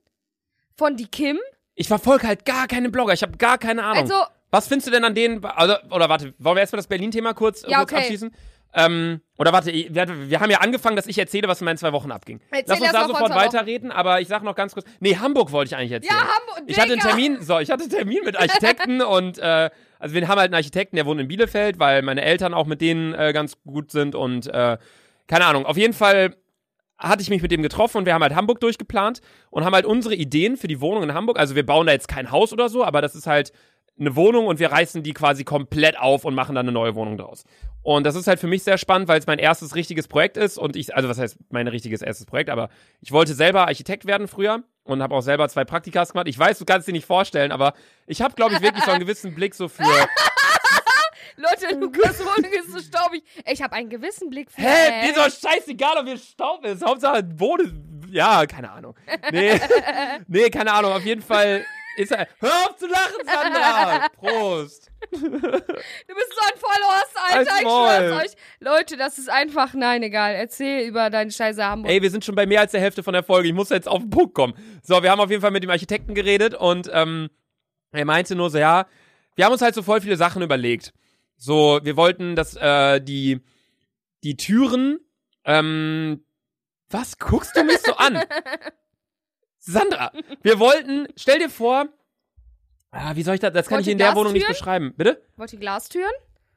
B: Von die Kim.
A: Ich verfolge halt gar keine Blogger, ich habe gar keine Ahnung.
B: Also,
A: Was findest du denn an denen, also, oder warte, wollen wir erstmal das Berlin-Thema kurz,
B: Ja,
A: kurz
B: okay.
A: abschließen? Ähm, oder warte, ich- wir, wir haben ja angefangen, dass ich erzähle, was in meinen zwei Wochen abging.
B: Erzähl
A: Lass uns
B: erst
A: da
B: mal von
A: sofort
B: zwei Wochen.
A: weiterreden, aber ich sag noch ganz kurz, nee, Hamburg wollte ich eigentlich
B: ja,
A: erzählen.
B: Hamburg.
A: Ich hatte einen
B: Digga.
A: Termin, so, ich hatte einen Termin mit
B: (laughs)
A: Architekten und äh, also wir haben halt einen Architekten, der wohnt in Bielefeld, weil meine Eltern auch mit denen äh, ganz gut sind und äh, keine Ahnung. Auf jeden Fall hatte ich mich mit dem getroffen und wir haben halt Hamburg durchgeplant und haben halt unsere Ideen für die Wohnung in Hamburg. Also wir bauen da jetzt kein Haus oder so, aber das ist halt eine Wohnung und wir reißen die quasi komplett auf und machen dann eine neue Wohnung draus. Und das ist halt für mich sehr spannend, weil es mein erstes richtiges Projekt ist und ich, also was heißt mein richtiges erstes Projekt, aber ich wollte selber Architekt werden früher und habe auch selber zwei Praktikas gemacht. Ich weiß, du kannst dir nicht vorstellen, aber ich habe, glaube ich, wirklich so einen gewissen Blick so für,
B: Leute, Lukas Wohnung ist so staubig. Ey, Ich habe einen gewissen Blick für.
A: hä, mir ist doch scheißegal, ob hier Staub ist. Hauptsache Boden, ja, keine Ahnung. (laughs) Nee, nee keine Ahnung, auf jeden Fall ist er, hör auf zu lachen, (laughs) Sandra! Prost!
B: Du bist so ein Vollhorst, Alter.
A: Als
B: Ich
A: Maul.
B: schwör's euch. Leute, das ist einfach. Nein, egal. Erzähl über deinen scheiße Hamburg.
A: Ey, wir sind schon bei mehr als der Hälfte von der Folge. Ich muss jetzt auf den Punkt kommen. So, wir haben auf jeden Fall mit dem Architekten geredet und ähm, er meinte nur so, ja, wir haben uns halt so voll viele Sachen überlegt. So, wir wollten, dass äh, die, die Türen, ähm, was guckst du mich so an? Sandra, wir wollten, stell dir vor, ah, wie soll ich das, das kann
B: Wollt
A: ich
B: ihr
A: in der Wohnung nicht
B: Glastüren?
A: beschreiben. Bitte?
B: Wollt ihr Glastüren?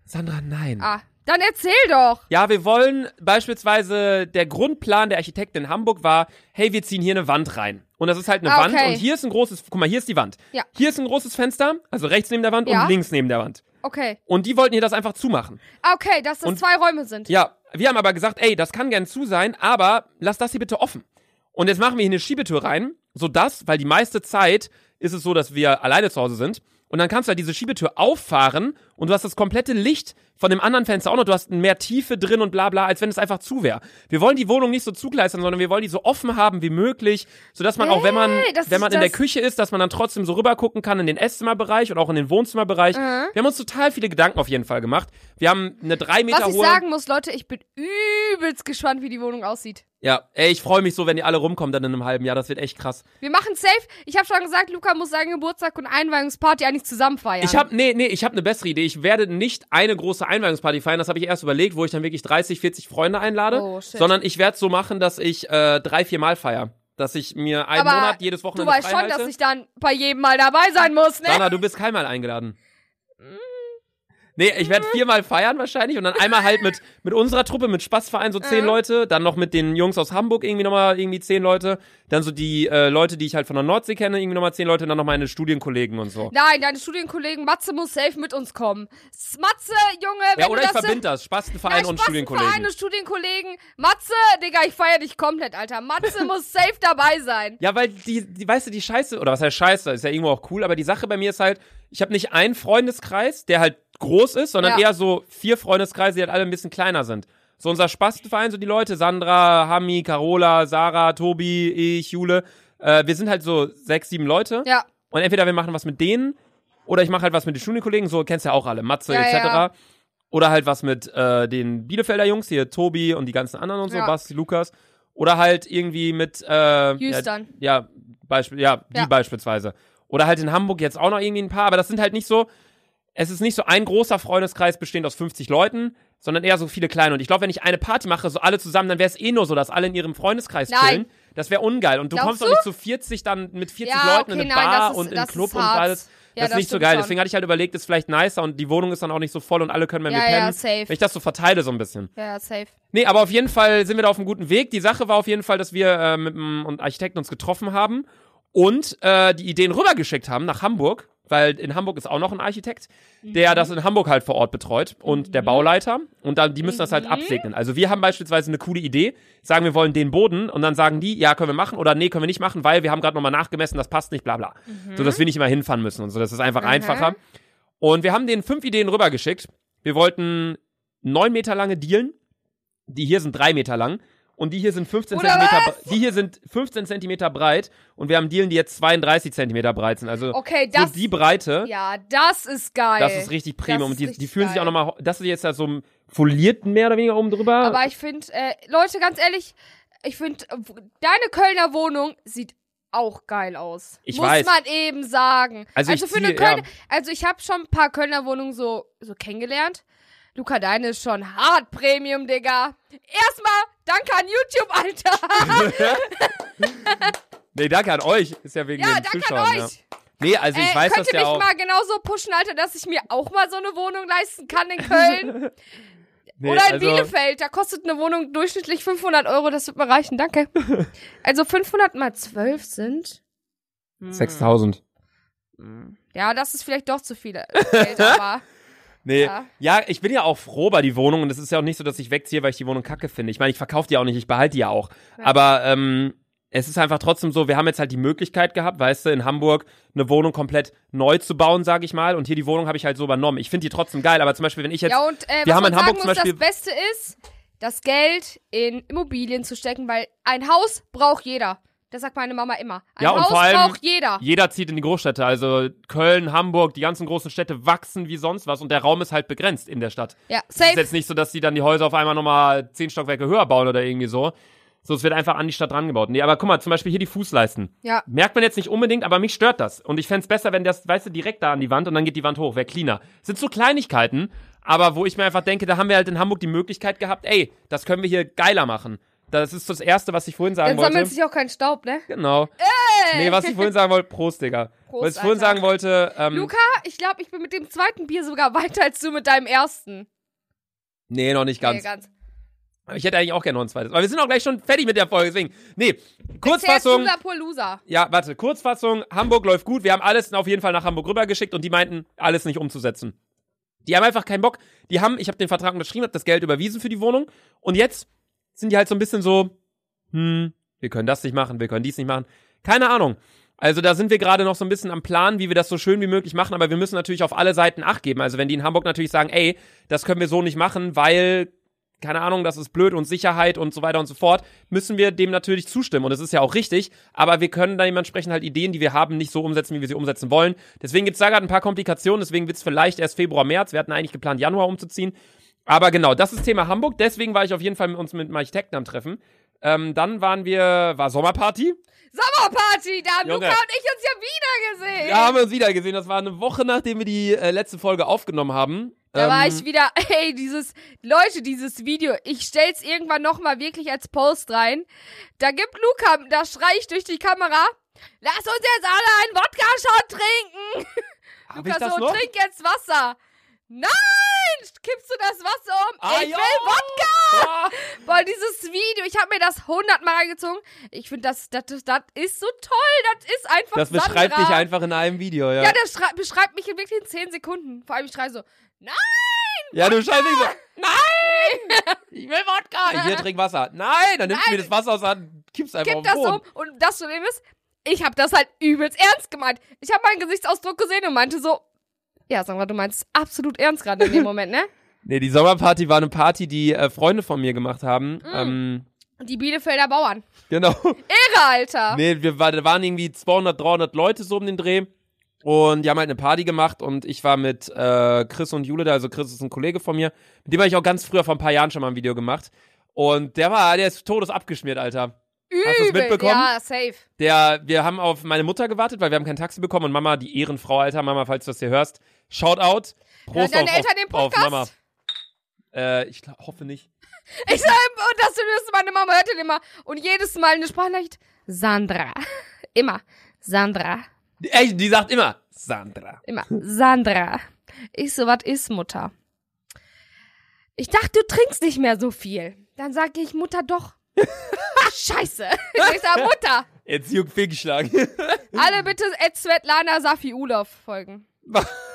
A: Sandra, nein.
B: Ah, dann erzähl doch.
A: Ja, wir wollen beispielsweise, der Grundplan der Architekten in Hamburg war, hey, wir ziehen hier eine Wand rein. Und das ist halt eine
B: Ah,
A: Wand
B: okay.
A: und hier ist ein großes, guck mal, hier ist die Wand.
B: Ja.
A: Hier ist ein großes Fenster, also rechts neben der Wand
B: Ja.
A: und links neben der Wand.
B: Okay.
A: Und die wollten hier das einfach zumachen.
B: Ah, Okay, dass das
A: Und-
B: zwei Räume sind.
A: Ja, wir haben aber gesagt, ey, das kann gern zu sein, aber lass das hier bitte offen. Und jetzt machen wir hier eine Schiebetür rein, sodass, weil die meiste Zeit ist es so, dass wir alleine zu Hause sind. Und dann kannst du halt diese Schiebetür auffahren und du hast das komplette Licht von dem anderen Fenster auch noch. Du hast mehr Tiefe drin und bla bla, als wenn es einfach zu wäre. Wir wollen die Wohnung nicht so zugleistern, sondern wir wollen die so offen haben wie möglich, sodass man auch, wenn man,
B: Ey, das
A: wenn man
B: ist
A: in der
B: das-
A: Küche ist, dass man dann trotzdem so rüber gucken kann in den Esszimmerbereich und auch in den Wohnzimmerbereich. Wir haben uns total viele Gedanken auf jeden Fall gemacht. Wir haben eine drei Meter
B: Mhm. Was ich
A: hohe.
B: sagen muss, Leute, ich bin übelst gespannt, wie die Wohnung aussieht.
A: ja, ey, ich freue mich so, wenn ihr alle rumkommt dann in einem halben Jahr. Das wird echt krass.
B: Wir machen safe. Ich habe schon gesagt, Luca muss seinen Geburtstag und Einweihungsparty eigentlich zusammen feiern.
A: Ich habe nee, nee, ich habe eine bessere Idee. Ich werde nicht eine große Einweihungsparty feiern, das habe ich erst überlegt, wo ich dann wirklich 30, 40 Freunde einlade,
B: Oh, shit.
A: sondern ich werde so machen, dass ich äh, drei, vier Mal feier, dass ich mir einen
B: Aber
A: Monat jedes
B: Du
A: Wochenende
B: weißt
A: frei
B: schon,
A: halte.
B: dass ich dann bei jedem mal dabei sein muss, ne?
A: Dana, du bist keinmal eingeladen.
B: Mm.
A: Nee, ich werde viermal feiern wahrscheinlich und dann einmal halt mit, mit unserer Truppe, mit Spaßverein so zehn
B: Mhm.
A: Leute, dann noch mit den Jungs aus Hamburg irgendwie nochmal irgendwie zehn Leute, dann so die äh, Leute, die ich halt von der Nordsee kenne, irgendwie nochmal zehn Leute und dann noch meine Studienkollegen und so.
B: Nein, deine Studienkollegen Matze muss safe mit uns kommen. S- Matze, Junge, wenn
A: Ja, oder
B: du
A: ich
B: das
A: verbinde das, Spastenverein
B: Nein,
A: und
B: Spaß,
A: Studienkollegen.
B: Vereine, Studienkollegen. Matze, Digga, ich feier dich komplett, Alter.
A: (laughs)
B: Matze muss safe dabei sein.
A: Ja, weil die, die, weißt du, die Scheiße, oder was heißt Scheiße, ist ja irgendwo auch cool, aber die Sache bei mir ist halt, ich habe nicht einen Freundeskreis, der halt groß ist, sondern
B: Ja.
A: eher so vier Freundeskreise, die halt alle ein bisschen kleiner sind. So unser Spastenverein, so die Leute, Sandra, Hami, Carola, Sarah, Tobi, ich, Jule, äh, wir sind halt so sechs, sieben Leute
B: Ja.
A: und entweder wir machen was mit denen oder ich mache halt was mit den Studienkollegen, so kennst ja auch alle, Matze
B: Ja,
A: etc.
B: ja.
A: Oder halt was mit äh, den Bielefelder Jungs, hier Tobi und die ganzen anderen und so,
B: Ja.
A: Basti, Lukas. Oder halt irgendwie mit äh, ja,
B: Jüstern.
A: ja, Beispiel, ja, die
B: Ja.
A: beispielsweise. Oder halt in Hamburg jetzt auch noch irgendwie ein paar, aber das sind halt nicht so, es ist nicht so ein großer Freundeskreis bestehend aus 50 Leuten, sondern eher so viele kleine. Und ich glaube, wenn ich eine Party mache, so alle zusammen, dann wäre es eh nur so, dass alle in ihrem Freundeskreis
B: Nein.
A: chillen. Das wäre ungeil. Und du
B: Glaubst
A: kommst doch nicht zu 40 dann mit 40
B: Ja,
A: Leuten in
B: okay,
A: eine
B: nein,
A: Bar
B: das ist-
A: und in
B: das
A: einen Club
B: ist
A: und
B: hart.
A: alles.
B: Ja,
A: das ist
B: das
A: nicht so
B: stimmt
A: geil.
B: schon.
A: Deswegen hatte ich halt überlegt, ist vielleicht nicer und die Wohnung ist dann auch nicht so voll und alle können bei mir
B: Ja,
A: pennen.
B: ja, safe.
A: Wenn ich das so verteile so ein bisschen.
B: Ja, ja, safe.
A: Nee, aber auf jeden Fall sind wir da auf einem guten Weg. Die Sache war auf jeden Fall, dass wir äh, mit einem Architekten uns getroffen haben und äh, die Ideen rübergeschickt haben nach Hamburg, weil in Hamburg ist auch noch ein Architekt, der das in Hamburg halt vor Ort betreut und der Bauleiter. Und dann, die müssen das halt absegnen. Also wir haben beispielsweise eine coole Idee, sagen wir wollen den Boden und dann sagen die, ja, können wir machen oder nee, können wir nicht machen, weil wir haben gerade nochmal nachgemessen, das passt nicht, bla bla. So, dass wir nicht immer hinfahren müssen und so. Das ist einfach
B: Mhm.
A: einfacher. Und wir haben denen fünf Ideen rübergeschickt. Wir wollten neun Meter lange Dielen. Die hier sind drei Meter lang. Und die hier sind 15
B: Oder
A: Zentimeter, bre- die hier sind 15 Zentimeter breit. Und wir haben Dielen, die jetzt 32 Zentimeter breit sind. Also,
B: Mhm. Okay,
A: so
B: Oh, das.
A: die Breite.
B: ja, das ist geil.
A: Das ist richtig prima.
B: Das
A: Und
B: ist
A: die, die
B: richtig
A: fühlen sich auch
B: geil.
A: nochmal, das ist jetzt da so ein folierten mehr oder weniger oben drüber.
B: Aber ich finde, äh, Leute, ganz ehrlich, ich finde, deine Kölner Wohnung sieht auch geil aus.
A: Ich
B: Muss
A: weiß.
B: man eben sagen.
A: Also ich
B: für eine
A: ziehe-
B: Kölner,
A: ja.
B: also ich habe schon ein paar Kölner Wohnungen so, so kennengelernt. Luca, deine ist schon hart Premium, Digga. Erstmal danke an YouTube, (laughs) Alter.
A: nee, danke an euch. Ist ja wegen
B: Ja,
A: den
B: danke
A: Zuschauern.
B: an
A: Ja.
B: euch.
A: Nee, also ich
B: Äh,
A: weiß
B: könnt
A: das
B: ihr
A: ja
B: mich
A: auch.
B: mal genauso pushen, Alter, dass ich mir auch mal so eine Wohnung leisten kann in
A: (laughs)
B: Köln?
A: Nee,
B: Oder in
A: also,
B: Bielefeld. Da kostet eine Wohnung durchschnittlich 500 Euro. Das wird mir
A: (laughs)
B: reichen. Danke. also 500 mal 12 sind.
A: 6000.
B: Ja, das ist vielleicht doch zu viel
A: (laughs)
B: Geld, aber.
A: Nee. Ja.
B: Ja.
A: ich bin ja auch froh bei die Wohnung und es ist ja auch nicht so, dass ich wegziehe, weil ich die Wohnung kacke finde. Ich meine, ich verkaufe die auch nicht, ich behalte die ja auch.
B: Ja.
A: Aber ähm, es ist einfach trotzdem so, wir haben jetzt halt die Möglichkeit gehabt, weißt du, in Hamburg eine Wohnung komplett neu zu bauen, sage ich mal. Und hier die Wohnung habe ich halt so übernommen. Ich finde die trotzdem geil, aber zum Beispiel, wenn ich jetzt.
B: Ja, und äh,
A: wir
B: was
A: haben
B: man
A: in Hamburg
B: sagen
A: zum
B: muss,
A: Beispiel-
B: das Beste ist, das Geld in Immobilien zu stecken, weil ein Haus braucht jeder. Das sagt meine Mama immer. Ein
A: Ja, und
B: Haus
A: vor allem-
B: braucht jeder.
A: Jeder zieht in die Großstädte, also Köln, Hamburg, die ganzen großen Städte wachsen wie sonst was und der Raum ist halt begrenzt in der Stadt.
B: Ja,
A: Es ist
B: safe.
A: jetzt nicht so, dass die dann die Häuser auf einmal nochmal zehn Stockwerke höher bauen oder irgendwie so. So, es wird einfach an die Stadt rangebaut. Nee, aber guck mal, zum Beispiel hier die Fußleisten.
B: Ja.
A: Merkt man jetzt nicht unbedingt, aber mich stört das. Und ich fänd's besser, wenn das, weißt du, direkt da an die Wand und dann geht die Wand hoch, wäre cleaner. Das sind so Kleinigkeiten, aber wo ich mir einfach denke, da haben wir halt in Hamburg die Möglichkeit gehabt, ey, das können wir hier geiler machen. Das ist das Erste, was ich vorhin sagen
B: Dann sammelt
A: wollte.
B: sich auch kein Staub, ne?
A: Genau. Nee, was ich vorhin sagen wollte, Prost, Digga.
B: Prost,
A: was ich vorhin
B: Alter.
A: sagen wollte, ähm,
B: Luca, ich glaube, ich bin mit dem zweiten Bier sogar (laughs) weiter als du mit deinem ersten.
A: nee, noch nicht ganz.
B: Nee, ganz.
A: Ich hätte eigentlich auch gerne noch ein zweites. Aber wir sind auch gleich schon fertig mit der Folge, deswegen. Nee, Kurzfassung.
B: Kurzfassung. Pur Loser.
A: Ja, warte, Kurzfassung, Hamburg läuft gut. Wir haben alles auf jeden Fall nach Hamburg rübergeschickt und die meinten, alles nicht umzusetzen. Die haben einfach keinen Bock. Die haben, ich habe den Vertrag unterschrieben, habe das Geld überwiesen für die Wohnung und jetzt sind die halt so ein bisschen so, hm, wir können das nicht machen, wir können dies nicht machen. Keine Ahnung. Also da sind wir gerade noch so ein bisschen am Plan, wie wir das so schön wie möglich machen, aber wir müssen natürlich auf alle Seiten Acht geben. Also wenn die in Hamburg natürlich sagen, ey, das können wir so nicht machen, weil, keine Ahnung, das ist blöd und Sicherheit und so weiter und so fort, müssen wir dem natürlich zustimmen. Und das ist ja auch richtig, aber wir können da dementsprechend halt Ideen, die wir haben, nicht so umsetzen, wie wir sie umsetzen wollen. Deswegen gibt's da gerade ein paar Komplikationen, deswegen wird's vielleicht erst Februar, März. Wir hatten eigentlich geplant, Januar umzuziehen. Aber genau, das ist Thema Hamburg. Deswegen war ich auf jeden Fall mit uns mit dem Architekten am Treffen. Ähm, dann waren wir, war Sommerparty.
B: Sommerparty, da haben
A: Junge.
B: Luca und ich uns ja wieder gesehen.
A: Da haben wir uns wieder gesehen. Das war eine Woche, nachdem wir die äh, letzte Folge aufgenommen haben.
B: Da
A: Ähm,
B: war ich wieder, (laughs) ey, dieses, Leute, dieses Video, ich stell's irgendwann nochmal wirklich als Post rein. Da gibt Luca, da schrei ich durch die Kamera, lass uns jetzt alle einen Wodka-Shot trinken.
A: hab ich
B: Luca
A: das
B: so,
A: noch?
B: trink jetzt Wasser. Nein, kippst du das Wasser um?
A: Ah,
B: ich
A: jo.
B: will Wodka.
A: Ah,
B: Boah, dieses Video, ich habe mir das hundertmal gezogen. Ich finde, das, das, das, das ist so toll, das ist einfach
A: Das beschreibt
B: Sandra.
A: dich einfach in einem Video, ja.
B: Ja, das schrei- beschreibt mich in wirklich in 10 Sekunden. Vor allem, ich schreie so, nein.
A: Ja, du scheiße. Ich so, nein! Ich will (laughs) Wodka! Hier, trink Wasser. Nein! Dann nimmst du mir das Wasser aus der Hand, kippst einfach
B: Äh, kipp
A: auf
B: das
A: den Boden.
B: um. Und das Problem ist, ich habe das halt übelst ernst gemeint. Ich habe meinen Gesichtsausdruck gesehen und meinte so, ja, Sandra, du meinst es absolut ernst gerade
A: (laughs)
B: in dem Moment, ne?
A: Nee, die Sommerparty war eine Party, die äh, Freunde von mir gemacht haben.
B: Mm.
A: Ähm,
B: Die Bielefelder Bauern.
A: genau.
B: Irre, Alter.
A: Nee, wir war, da waren irgendwie 200, 300 Leute so um den Dreh. Und die haben halt eine Party gemacht und ich war mit äh, Chris und Jule da, also Chris ist ein Kollege von mir, mit dem habe ich auch ganz früher vor ein paar Jahren schon mal ein Video gemacht. Und der war, der ist todes abgeschmiert, Alter.
B: Übel.
A: du's mitbekommen?
B: Ja, safe.
A: Der, wir haben auf meine Mutter gewartet, weil wir haben kein Taxi bekommen und Mama, die Ehrenfrau, Alter, Mama, falls du das hier hörst, Shoutout. Prost
B: Hören deine
A: auf,
B: Eltern
A: auf,
B: den Podcast?
A: auf Mama. Äh, ich gla- hoffe nicht.
B: Ich sag, ihm, und das zumindest meine Mama hört den immer. Und jedes Mal eine Sprachnachricht. Sandra. (laughs) Immer. Sandra.
A: Die- Ey, die sagt immer, Sandra.
B: Immer. Sandra. Ich so, was ist, Mutter? Ich dachte, du trinkst nicht mehr so viel. Dann sage ich, Mutter,
A: (laughs)
B: doch. Scheiße. Ich sag, Mutter.
A: Jetzt juckt Fehlgeschlagen.
B: (laughs) Alle bitte Ed Svetlana Safi Ulov folgen.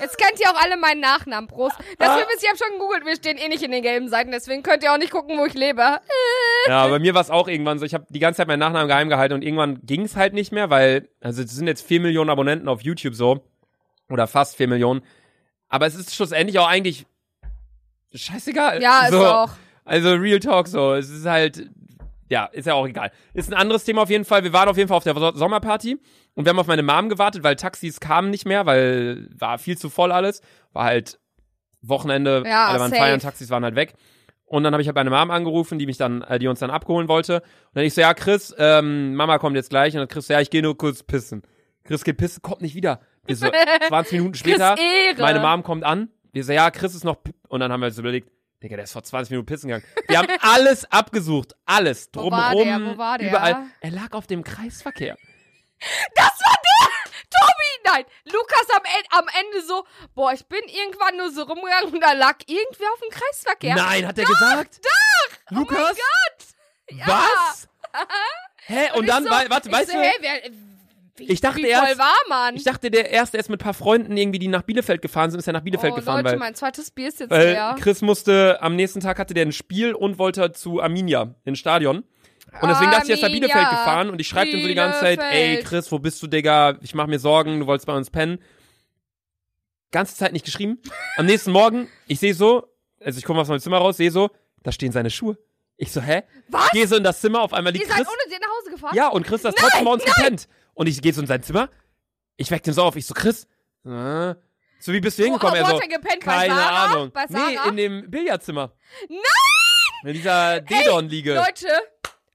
B: Jetzt kennt ihr auch alle meinen Nachnamen. Prost.
A: Ah.
B: Das Film ist, ich habe schon gegoogelt. Wir stehen eh nicht in den gelben Seiten. Deswegen könnt ihr auch nicht gucken, wo ich lebe.
A: Ja, bei mir war es auch irgendwann so. Ich habe die ganze Zeit meinen Nachnamen geheim gehalten und irgendwann ging es halt nicht mehr, weil, also es sind jetzt 4 Millionen Abonnenten auf YouTube so. Oder fast 4 Millionen. Aber es ist schlussendlich auch eigentlich scheißegal.
B: Ja, ist
A: so.
B: auch.
A: Also Real Talk so. Es ist halt, ja, ist ja auch egal. Ist ein anderes Thema auf jeden Fall. Wir waren auf jeden Fall auf der So- Sommerparty und wir haben auf meine Mom gewartet, weil Taxis kamen nicht mehr, weil war viel zu voll alles. War halt Wochenende,
B: Ja,
A: alle waren
B: safe.
A: feiern, Taxis waren halt weg. Und dann habe ich halt meine Mom angerufen, die mich dann, äh, die uns dann abholen wollte. Und dann ich so, ja, Chris, ähm, Mama kommt jetzt gleich. Und dann Chris so, ja, ich gehe nur kurz pissen. Chris geht pissen, kommt nicht wieder. Wir
B: (laughs)
A: so, 20 Minuten
B: Chris eh
A: später.
B: Ehre.
A: Meine Mom kommt an. Wir sagen, ja, Chris ist noch. pi- Und dann haben wir uns überlegt, Digga, der ist vor 20 Minuten pissen gegangen. Wir
B: (laughs)
A: haben alles abgesucht. Alles.
B: Wo war
A: Drumherum.
B: der? Wo war der?
A: Überall. Er lag auf dem Kreisverkehr.
B: Nein, Lukas am, En- am Ende so, boah, ich bin irgendwann nur so rumgegangen und da lag irgendwer auf dem Kreisverkehr.
A: Nein, hat er gesagt? Doch! Lukas? Oh mein Gott!
B: (laughs)
A: Was? Hä? Und,
B: ich
A: dann,
B: so,
A: wei- warte,
B: ich
A: weißt
B: so,
A: du.
B: Hey, wer, wie,
A: Ich dachte
B: wie voll
A: erst-
B: war man?
A: Ich dachte, der erste ist mit ein paar Freunden irgendwie, die nach Bielefeld gefahren sind, ist ja nach Bielefeld
B: oh,
A: gefahren,
B: Leute,
A: weil,
B: mein zweites Bier ist jetzt
A: weil
B: leer.
A: Chris musste, am nächsten Tag hatte der ein Spiel und wollte zu Arminia ins Stadion. Und deswegen dachte ich, er ist nach
B: Arminia.
A: Bielefeld gefahren und ich schreibe ihm so die ganze Zeit, ey
B: Bielefeld.
A: Chris, wo bist du, Digga? Ich mach mir Sorgen, du wolltest bei uns pennen. Ganze Zeit nicht geschrieben. Am nächsten Morgen, ich sehe so, also ich komme aus meinem Zimmer raus, sehe so, da stehen seine Schuhe. Ich so, hä?
B: Was?
A: Gehe so in das Zimmer, auf einmal
B: Ihr
A: liegt
B: seid
A: Chris.
B: ohne sie nach Hause gefahren?
A: Ja, und Chris hat
B: Nein,
A: trotzdem bei uns gepennt. Und ich gehe so in sein Zimmer, ich weck den so auf, ich so, Chris, äh, so wie bist du
B: Wo,
A: hingekommen?
B: wo
A: er so,
B: hat er gepennt? Bei
A: keine
B: Sarah?
A: Ahnung.
B: Bei Sarah?
A: Nee, in dem Billardzimmer.
B: Nein!
A: In dieser Dedon-Liege.
B: Leute,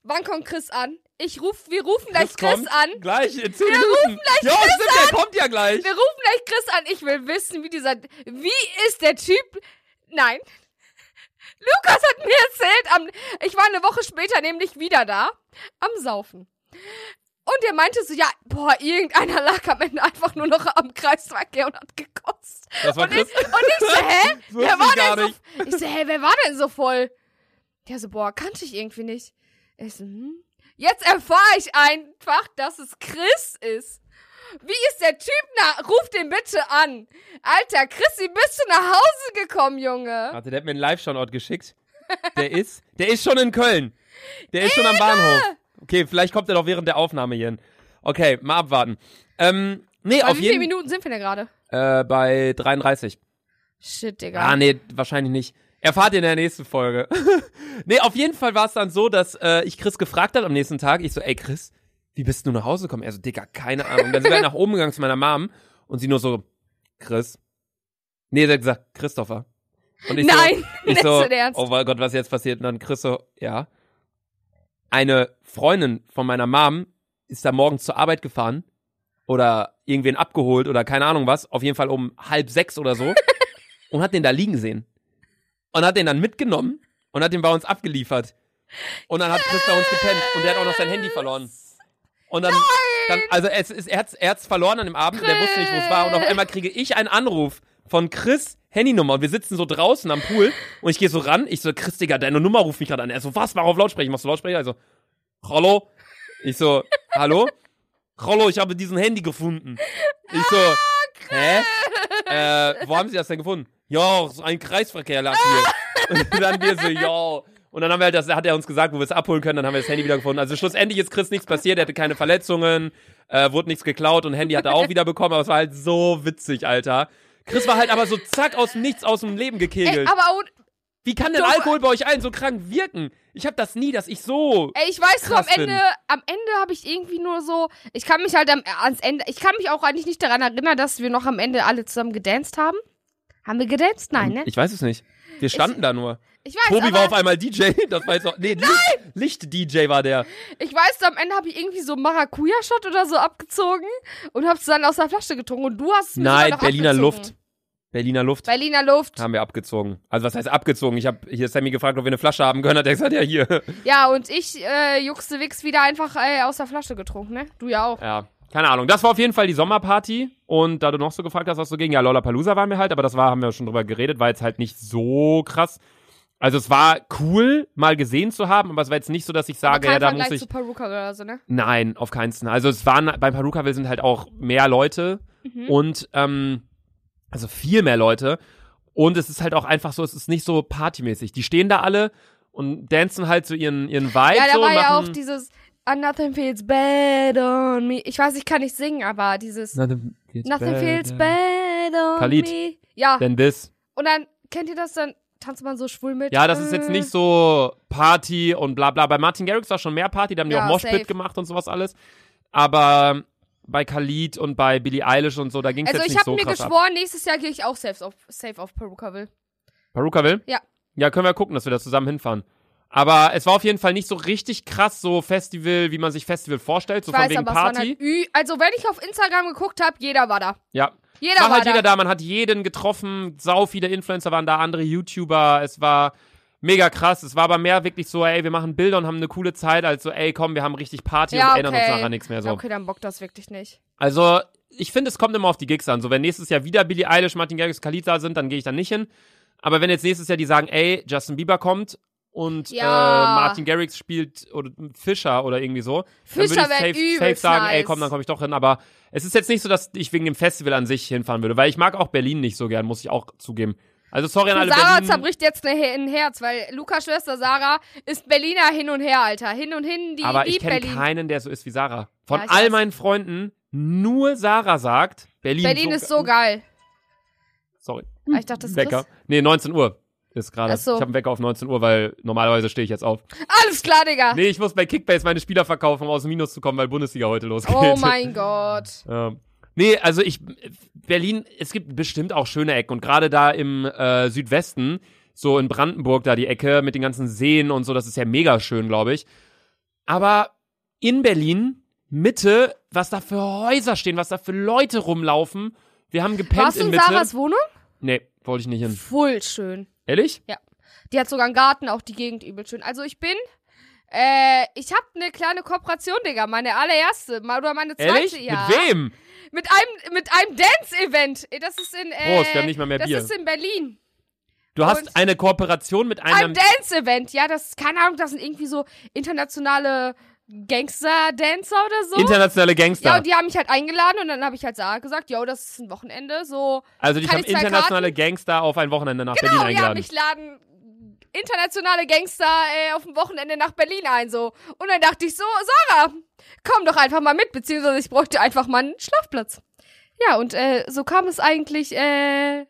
B: wann kommt Chris an? Ich ruf, wir rufen gleich
A: Chris
B: Chris
A: kommt
B: an.
A: Gleich in 10 Minuten. Ja, stimmt, der kommt ja gleich.
B: Wir rufen gleich Chris an. Ich will wissen, wie dieser. Wie ist der Typ. Nein. Lukas hat mir erzählt, am, ich war eine Woche später nämlich wieder da, am Saufen. Und er meinte so, ja, boah, irgendeiner lag am Ende einfach nur noch am Kreisverkehr und hat gekotzt.
A: Das war
B: Und ich, und
A: Chris.
B: ich so, hä?
A: Das wusste
B: Wer
A: ich
B: war
A: gar
B: denn
A: nicht.
B: so, ich so, hä, wer war denn so voll? Der so, boah, kannte ich irgendwie nicht. Ich so, hm. Jetzt erfahre ich einfach, dass es Chris ist. Wie ist der Typ? Na, ruf den bitte an. Alter, Chris, wie bist du nach Hause gekommen, Junge?
A: Warte, der hat mir einen Live-Standort
B: (laughs)
A: geschickt. Der ist, der ist schon in Köln. Der ist schon am Bahnhof. Okay, vielleicht kommt er doch während der Aufnahme hier hin. Okay, mal abwarten. Ähm, nee,
B: Aber
A: auf
B: wie viele
A: jeden
B: Minuten sind wir denn gerade?
A: Äh, bei 33.
B: Shit, Digga.
A: Ah, nee, wahrscheinlich nicht. Erfahrt ihr in der nächsten Folge. (laughs) nee, auf jeden Fall war es dann so, dass äh, ich Chris gefragt hat am nächsten Tag. Ich so, ey Chris, wie bist du nach Hause gekommen? Er so, Digga, keine Ahnung. Dann sind wir (laughs) nach oben gegangen zu meiner Mom und sie nur so, Chris. Nee, sie hat gesagt, Christopher. Und so,
B: Nein,
A: ich
B: nicht
A: so,
B: so ernst.
A: oh mein Gott, was jetzt passiert? Und dann Chris so, ja. Eine Freundin von meiner Mom ist da morgens zur Arbeit gefahren oder irgendwen abgeholt oder keine Ahnung was, auf jeden Fall um halb sechs oder so und hat den da liegen sehen. Und hat den dann mitgenommen und hat den bei uns abgeliefert. Und dann hat Chris bei uns gepennt und der hat auch noch sein Handy verloren. Und dann, dann also es ist, er hat's, er hat's verloren an dem Abend und er wusste nicht, wo es war. Und auf einmal kriege ich einen Anruf von Chris Handynummer und wir sitzen so draußen am Pool und ich gehe so ran. Ich so, Chris, Digga, deine Nummer ruft mich gerade an. Er so, was, mach auf Lautsprecher. Machst du Lautsprecher? Also, hallo? Ich so, hallo? Rollo, ich habe diesen Handy gefunden. Ich so,
B: Ah,
A: hä? Äh, wo haben Sie das denn gefunden? Ja, so ein Kreisverkehr lag
B: Ah.
A: hier. (laughs) Und dann wir so, yo. Und dann haben wir halt das, hat er uns gesagt, wo wir es abholen können, dann haben wir das Handy wieder gefunden. Also schlussendlich ist Chris nichts passiert, er hatte keine Verletzungen, äh, wurde nichts geklaut und Handy hat er auch wieder bekommen, aber es war halt so witzig, Alter. Chris war halt aber so zack aus dem Nichts aus dem Leben
B: ey,
A: gekegelt.
B: aber und,
A: Wie kann denn
B: doch-
A: Alkohol bei euch allen so krank wirken? Ich hab das nie, dass ich so.
B: ey, ich weiß so am
A: Krass
B: Ende, am Ende habe ich irgendwie nur so, ich kann mich halt am, ans Ende, ich kann mich auch eigentlich nicht daran erinnern, dass wir noch am Ende alle zusammen gedanced haben. Haben wir gedanced? Nein, ne?
A: Ich weiß es nicht. Wir standen da nur.
B: Ich weiß,
A: Tobi
B: aber
A: war auf einmal DJ. (laughs) Das war jetzt auch. Nee, Licht- Licht-DJ war der.
B: ich weiß, am Ende habe ich irgendwie so Maracuja-Shot oder so abgezogen und hab's dann aus der Flasche getrunken und du hast es mir sogar
A: Nein,
B: noch
A: Berliner
B: abgezogen.
A: Luft. Berliner Luft
B: Berliner Luft.
A: haben wir abgezogen. Also, was heißt abgezogen? Ich habe hier Sammy gefragt, ob wir eine Flasche haben können. Hat er gesagt, ja, hier. (laughs)
B: Ja, und ich äh, juckste Wix wieder einfach äh, aus der Flasche getrunken, ne? Du ja auch.
A: Ja. Keine Ahnung. Das war auf jeden Fall die Sommerparty. Und da du noch so gefragt hast, was so ging, ja, Lollapalooza waren wir halt, aber das war, haben wir schon drüber geredet, war jetzt halt nicht so krass. Also es war cool, mal gesehen zu haben, aber es war jetzt nicht so, dass ich
B: Aber
A: sage,
B: kein
A: ja, da
B: Vergleich
A: muss ich.
B: zu Peruka oder so, ne?
A: Nein, auf keinen Fall. Also es waren beim Perukaville sind halt auch mehr Leute
B: Mhm.
A: und ähm, also viel mehr Leute. Und es ist halt auch einfach so, es ist nicht so partymäßig. Die stehen da alle und dancen halt so ihren, ihren Vibe.
B: Ja, da
A: so,
B: war ja auch
A: machen,
B: dieses "And Nothing Feels Bad on Me. Ich weiß, ich kann nicht singen, aber dieses
A: Nothing feels
B: Nothing
A: better
B: Feels Bad on
A: Khalid.
B: Me. Ja,
A: Than this.
B: und dann, kennt ihr das, dann tanzt man so schwul mit.
A: Ja, das ist jetzt
B: Äh,
A: nicht so Party und bla bla. Bei Martin Garrix war schon mehr Party, da haben die
B: Ja,
A: auch Moshpit
B: safe.
A: gemacht und sowas alles. Aber bei Khalid und bei Billie Eilish und so, da ging es
B: Also
A: jetzt
B: ich
A: nicht
B: habe
A: so
B: mir
A: krass ab.
B: geschworen, nächstes Jahr gehe ich auch safe auf, safe auf Peruka will.
A: Perukaville?
B: Ja.
A: Ja, können wir gucken, dass wir da zusammen hinfahren. Aber es war auf jeden Fall nicht so richtig krass, so Festival, wie man sich Festival vorstellt, so
B: ich weiß,
A: von wegen
B: aber es
A: Party.
B: waren halt Ü Also wenn ich auf Instagram geguckt habe, jeder war da.
A: ja.
B: Jeder
A: Es war
B: war
A: halt
B: da.
A: jeder da, man hat jeden getroffen, sau viele Influencer waren da, andere YouTuber, es war mega krass. Es war aber mehr wirklich so, ey, wir machen Bilder und haben eine coole Zeit, als so, ey, komm, wir haben richtig Party
B: Ja,
A: und erinnern uns
B: okay.
A: nachher nichts mehr so.
B: Okay, dann bockt das wirklich nicht.
A: Also, ich finde, es kommt immer auf die Gigs an. So, wenn nächstes Jahr wieder Billie Eilish, Martin Garrix, Khalid da sind, dann gehe ich da nicht hin. Aber wenn jetzt nächstes Jahr die sagen, ey, Justin Bieber kommt und
B: Ja.
A: äh, Martin Garrix spielt oder Fischer oder irgendwie so,
B: Fischer
A: dann würde
B: wäre
A: ich safe, safe
B: übelst
A: sagen,
B: nice.
A: ey, komm, dann komme ich doch hin. Aber es ist jetzt nicht so, dass ich wegen dem Festival an sich hinfahren würde, weil ich mag auch Berlin nicht so gern, muss ich auch zugeben. Also sorry an alle
B: Sarah
A: Berlin.
B: zerbricht jetzt eine- ein Herz, weil Lukas Schwester Sarah ist Berliner hin und her, Alter. Hin und hin, die
A: Aber ich
B: liebt
A: kenne
B: Berlin.
A: keinen, der so ist wie Sarah. Von
B: Ja, ich
A: all
B: weiß.
A: meinen Freunden nur Sarah sagt, Berlin,
B: Berlin ist so geil.
A: Sorry.
B: Ah, Ich dachte, das ist
A: Wecker. Nee, 19 Uhr ist gerade.
B: Ach so.
A: Ich habe einen Wecker auf 19 Uhr, weil normalerweise stehe ich jetzt auf.
B: Alles klar, Digga.
A: Nee, ich muss bei Kickbase meine Spieler verkaufen, um aus dem Minus zu kommen, weil Bundesliga heute losgeht.
B: oh mein Gott.
A: (laughs) Ähm, nee, also ich, Berlin, es gibt bestimmt auch schöne Ecken und gerade da im äh, Südwesten, so in Brandenburg da die Ecke mit den ganzen Seen und so, das ist ja mega schön, glaube ich. Aber in Berlin, Mitte, was da für Häuser stehen, was da für Leute rumlaufen. Wir haben gepennt
B: Warst du
A: in
B: in
A: Mitte.
B: Sarahs Wohnung?
A: nee, wollte ich nicht hin.
B: Voll schön.
A: Ehrlich?
B: Die hat sogar einen Garten, auch die Gegend übel schön. Also ich bin, äh, ich hab eine kleine Kooperation, Digga. Meine allererste, mal- oder meine zweite,
A: Ehrlich?
B: ja.
A: Mit wem?
B: Mit einem, mit einem Dance-Event. Äh, Das ist in, äh,
A: Prost, wir haben nicht mal mehr
B: das
A: Bier.
B: ist in Berlin.
A: Du hast
B: Und-
A: eine Kooperation mit
B: einem
A: einem.
B: Dance-Event. Ja, das, keine Ahnung, das sind irgendwie so internationale Gangster-Dancer oder so.
A: Internationale
B: ja,
A: Gangster.
B: und die haben mich halt eingeladen und dann habe ich halt Sarah gesagt, yo, das ist ein Wochenende, so.
A: also dich
B: kann
A: haben
B: ich zwei Genau,
A: internationale Gangster auf ein Wochenende nach Berlin
B: ja,
A: eingeladen.
B: mich laden internationale Gangster äh, auf dem Wochenende nach Berlin ein, so. Und dann dachte ich so, Sarah, komm doch einfach mal mit, beziehungsweise ich bräuchte einfach mal einen Schlafplatz. Ja, und äh, so kam es eigentlich äh,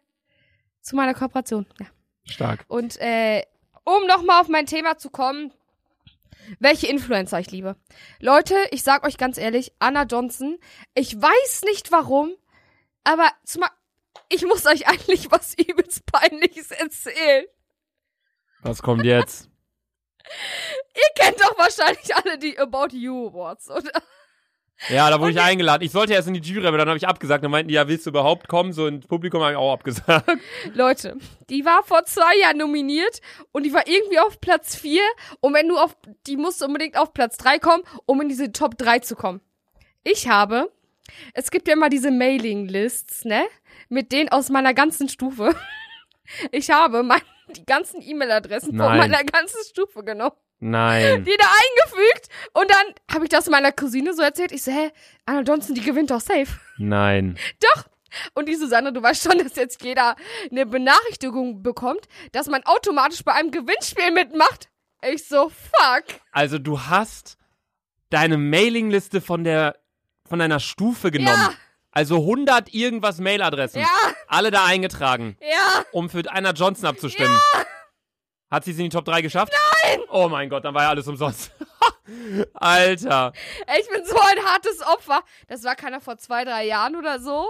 B: zu meiner Kooperation. Ja.
A: Stark.
B: Und äh, um nochmal auf mein Thema zu kommen, welche Influencer ich liebe. Leute, ich sag euch ganz ehrlich, Anna Johnson, ich weiß nicht warum, aber zumal, ich muss euch (laughs) eigentlich was übelst peinliches erzählen.
A: Was kommt jetzt?
B: Ihr kennt doch wahrscheinlich alle die About You Awards,
A: (laughs)
B: oder?
A: Ja, da wurde ich eingeladen. Ich sollte erst in die Jury, aber dann habe ich abgesagt. Dann meinten die, ja, willst du überhaupt kommen? So ins Publikum habe ich auch abgesagt.
B: Leute, die war vor zwei Jahren nominiert und die war irgendwie auf Platz 4. Und wenn du auf, die musste unbedingt auf Platz 3 kommen, um in diese Top 3 zu kommen. Ich habe, es gibt ja immer diese Mailing-Lists, ne? Mit denen aus meiner ganzen Stufe. (laughs) Ich habe mein, die ganzen E-Mail-Adressen von
A: Nein.
B: meiner ganzen Stufe genommen
A: (laughs) Nein.
B: die da eingefügt und dann habe ich das meiner Cousine so erzählt. Ich so, hä, Anna Johnson, die gewinnt doch safe.
A: Nein.
B: Doch. Und die Susanne, du weißt schon, dass jetzt jeder eine Benachrichtigung bekommt, dass man automatisch bei einem Gewinnspiel mitmacht. Ich so, fuck.
A: Also du hast deine Mailingliste von der von deiner Stufe genommen.
B: Ja.
A: Also 100 irgendwas Mailadressen.
B: Ja.
A: Alle da eingetragen,
B: Ja,
A: um für Anna Johnson abzustimmen. Hat sie es in die Top 3 geschafft? Nein! Oh mein Gott, dann war ja alles umsonst. (laughs) Alter.
B: ey, ich bin so ein hartes Opfer. Das war keiner vor zwei, drei Jahren oder so.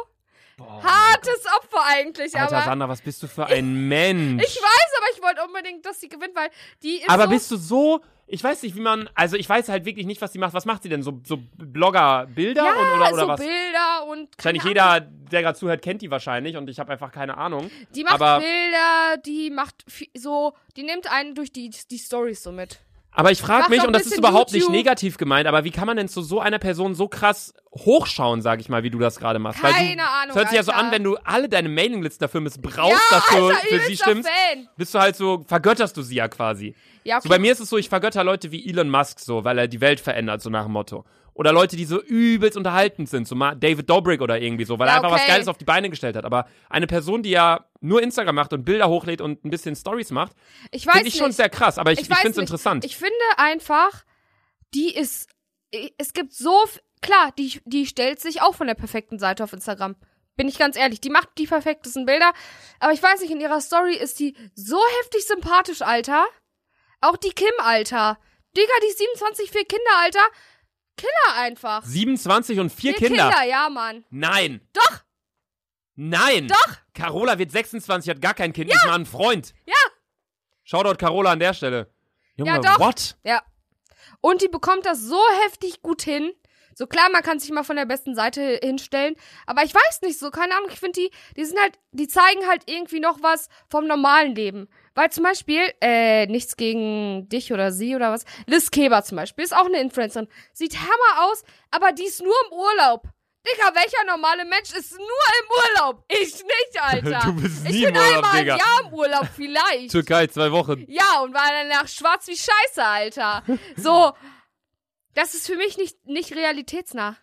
B: hartes Opfer eigentlich,
A: Alter,
B: aber.
A: Sandra, was bist du für ein Mensch?
B: Ich weiß, aber ich wollte unbedingt, dass sie gewinnt, weil die ist
A: Aber
B: so
A: bist du so, ich weiß nicht, wie man, also ich weiß halt wirklich nicht, was sie macht. Was macht sie denn? So, so Blogger-Bilder
B: ja,
A: und- oder, oder
B: so
A: was?
B: Bilder und
A: Wahrscheinlich
B: keine
A: jeder, der gerade zuhört, kennt die wahrscheinlich und ich habe einfach keine Ahnung.
B: Die macht
A: Aber-
B: Bilder, die macht fi- so, die nimmt einen durch die, die Stories so mit.
A: Aber ich frage
B: Macht
A: mich,
B: doch
A: und
B: ein
A: das ist
B: bisschen
A: überhaupt
B: YouTube.
A: nicht negativ gemeint, aber wie kann man denn zu so einer Person so krass hochschauen, sag ich mal, wie du das gerade machst? Weil
B: Keine
A: du,
B: Ahnung,
A: Es hört sich ja so
B: Alter.
A: an, wenn du alle deine Mailinglisten dafür missbrauchst, dass du
B: Alter,
A: für sie
B: übelster
A: stimmst,
B: Fan.
A: bist du halt so, vergötterst du sie ja quasi.
B: Ja, okay.
A: So bei mir ist es so, ich vergötter Leute wie Elon Musk so, weil er die Welt verändert, so nach dem Motto. Oder Leute, die so übelst unterhaltend sind, so Ma- David Dobrik oder irgendwie so, weil
B: Ja,
A: er einfach was
B: okay.
A: Geiles auf die Beine gestellt hat. Aber eine Person, die ja nur Instagram macht und Bilder hochlädt und ein bisschen Stories macht,
B: ich weiß
A: finde ich
B: nicht.
A: schon sehr krass. Aber ich,
B: Ich
A: ich,
B: weiß
A: finde es
B: nicht.
A: interessant.
B: ich finde einfach, die ist, es gibt so, f- klar, die, die stellt sich auch von der perfekten Seite auf Instagram. Bin ich ganz ehrlich, die macht die perfektesten Bilder. Aber ich weiß nicht, in ihrer Story ist die so heftig sympathisch, Alter. Auch die Kim, Alter. Digga, die ist 27, vier Kinder, Alter. Killer einfach.
A: 27 und vier
B: Vier
A: Kinder.
B: Kinder, ja, Mann.
A: Nein.
B: Doch.
A: Nein.
B: Doch.
A: Carola wird 26, hat gar kein Kind, ist mal ein Freund.
B: Ja.
A: Shoutout Carola an der Stelle. Junge,
B: Ja, doch.
A: what? (laughs)
B: Ja. Und die bekommt das so heftig gut hin. So klar, man kann sich mal von der besten Seite hinstellen, aber ich weiß nicht so, keine Ahnung, ich finde die, die sind halt, die zeigen halt irgendwie noch was vom normalen Leben. Weil zum Beispiel, äh, nichts gegen dich oder sie oder was, Liz Keber zum Beispiel, ist auch eine Influencerin, sieht hammer aus, aber die ist nur im Urlaub. Digga, welcher normale Mensch ist nur im Urlaub? Ich nicht, Alter.
A: (laughs) Du bist
B: ich
A: nie
B: bin
A: im Urlaub,
B: einmal
A: Digga.
B: im Jahr
A: (laughs)
B: im Urlaub, vielleicht.
A: Türkei, zwei Wochen.
B: Ja, und war danach schwarz wie Scheiße, Alter. So, das ist für mich nicht, nicht realitätsnah.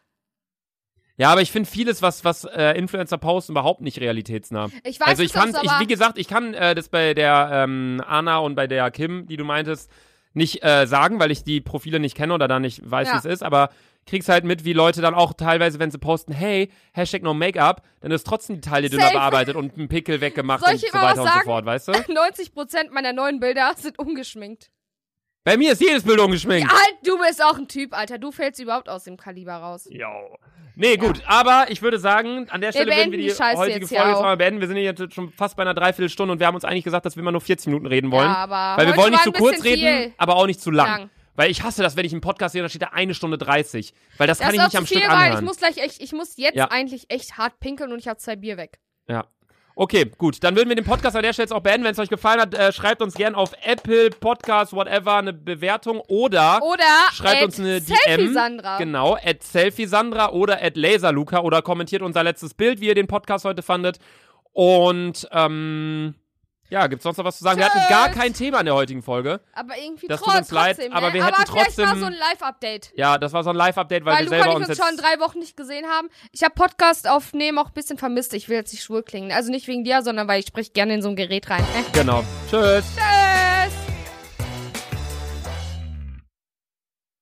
A: Ja, aber ich finde vieles, was, was äh, Influencer posten, überhaupt nicht realitätsnah.
B: Ich weiß
A: also ich
B: es auch,
A: kann,
B: aber
A: ich, wie gesagt, ich kann äh, das bei der ähm, Anna und bei der Kim, die du meintest, nicht äh, sagen, weil ich die Profile nicht kenne oder da nicht weiß,
B: Ja.
A: wie es ist, aber kriegst halt mit, wie Leute dann auch teilweise, wenn sie posten, hey, Hashtag no Make-up, dann ist trotzdem die Taille dünner
B: Safe.
A: bearbeitet und ein Pickel weggemacht
B: Soll
A: und
B: ich
A: so
B: immer was
A: weiter und so
B: sagen?
A: fort, weißt du?
B: 90% meiner neuen Bilder sind ungeschminkt.
A: Bei mir ist jedes Bild ungeschminkt.
B: Alt, du bist auch ein Typ, Alter. Du fällst überhaupt aus dem Kaliber raus.
A: Jo. Nee, gut, aber ich würde sagen, an der Stelle würden wir
B: beenden
A: die,
B: die Scheiße
A: heutige
B: jetzt
A: Folge
B: ja
A: jetzt
B: auch.
A: mal beenden. Wir sind jetzt schon fast bei einer Dreiviertelstunde und wir haben uns eigentlich gesagt, dass wir immer nur 40 Minuten reden wollen.
B: Ja, aber
A: weil wir
B: heute
A: wollen nicht
B: war
A: zu
B: ein
A: kurz
B: bisschen
A: reden,
B: viel.
A: aber auch nicht zu lang.
B: Lang.
A: Weil ich hasse das, wenn ich einen Podcast sehe, da steht da eine Stunde 30. Weil das,
B: Das
A: kann ich
B: ist auch
A: nicht
B: zu
A: am
B: viel,
A: Stück
B: weil ich
A: anhören.
B: muss gleich echt, ich muss jetzt
A: Ja.
B: eigentlich echt hart pinkeln und ich habe zwei Bier weg.
A: Ja. Okay, gut. Dann würden wir den Podcast an der Stelle jetzt auch beenden. Wenn es euch gefallen hat, äh, schreibt uns gern auf Apple Podcast, whatever, eine Bewertung oder
B: Oder
A: Schreibt
B: at
A: uns eine
B: Selfie
A: DM.
B: Sandra.
A: Genau, at Selfie Sandra oder at Laserluca oder kommentiert unser letztes Bild, wie ihr den Podcast heute fandet. Und ähm, ja, gibt's sonst noch was zu sagen? Wir hatten
B: Tschüss.
A: gar kein Thema in der heutigen Folge.
B: Aber irgendwie
A: Das tut
B: trotz-
A: uns leid,
B: trotzdem,
A: aber
B: ne?
A: wir
B: aber
A: hätten
B: vielleicht mal
A: trotzdem-
B: so ein Live-Update.
A: Ja, das war so ein Live-Update, weil,
B: Weil
A: wir
B: Luca und
A: selber
B: ich
A: uns
B: uns,
A: jetzt.
B: schon drei Wochen nicht gesehen haben. Ich habe Podcast aufnehmen auch ein bisschen vermisst. Ich will jetzt nicht schwul klingen. Also nicht wegen dir, sondern weil ich sprich gerne in so ein Gerät rein.
A: genau. Tschüss.
B: Tschüss.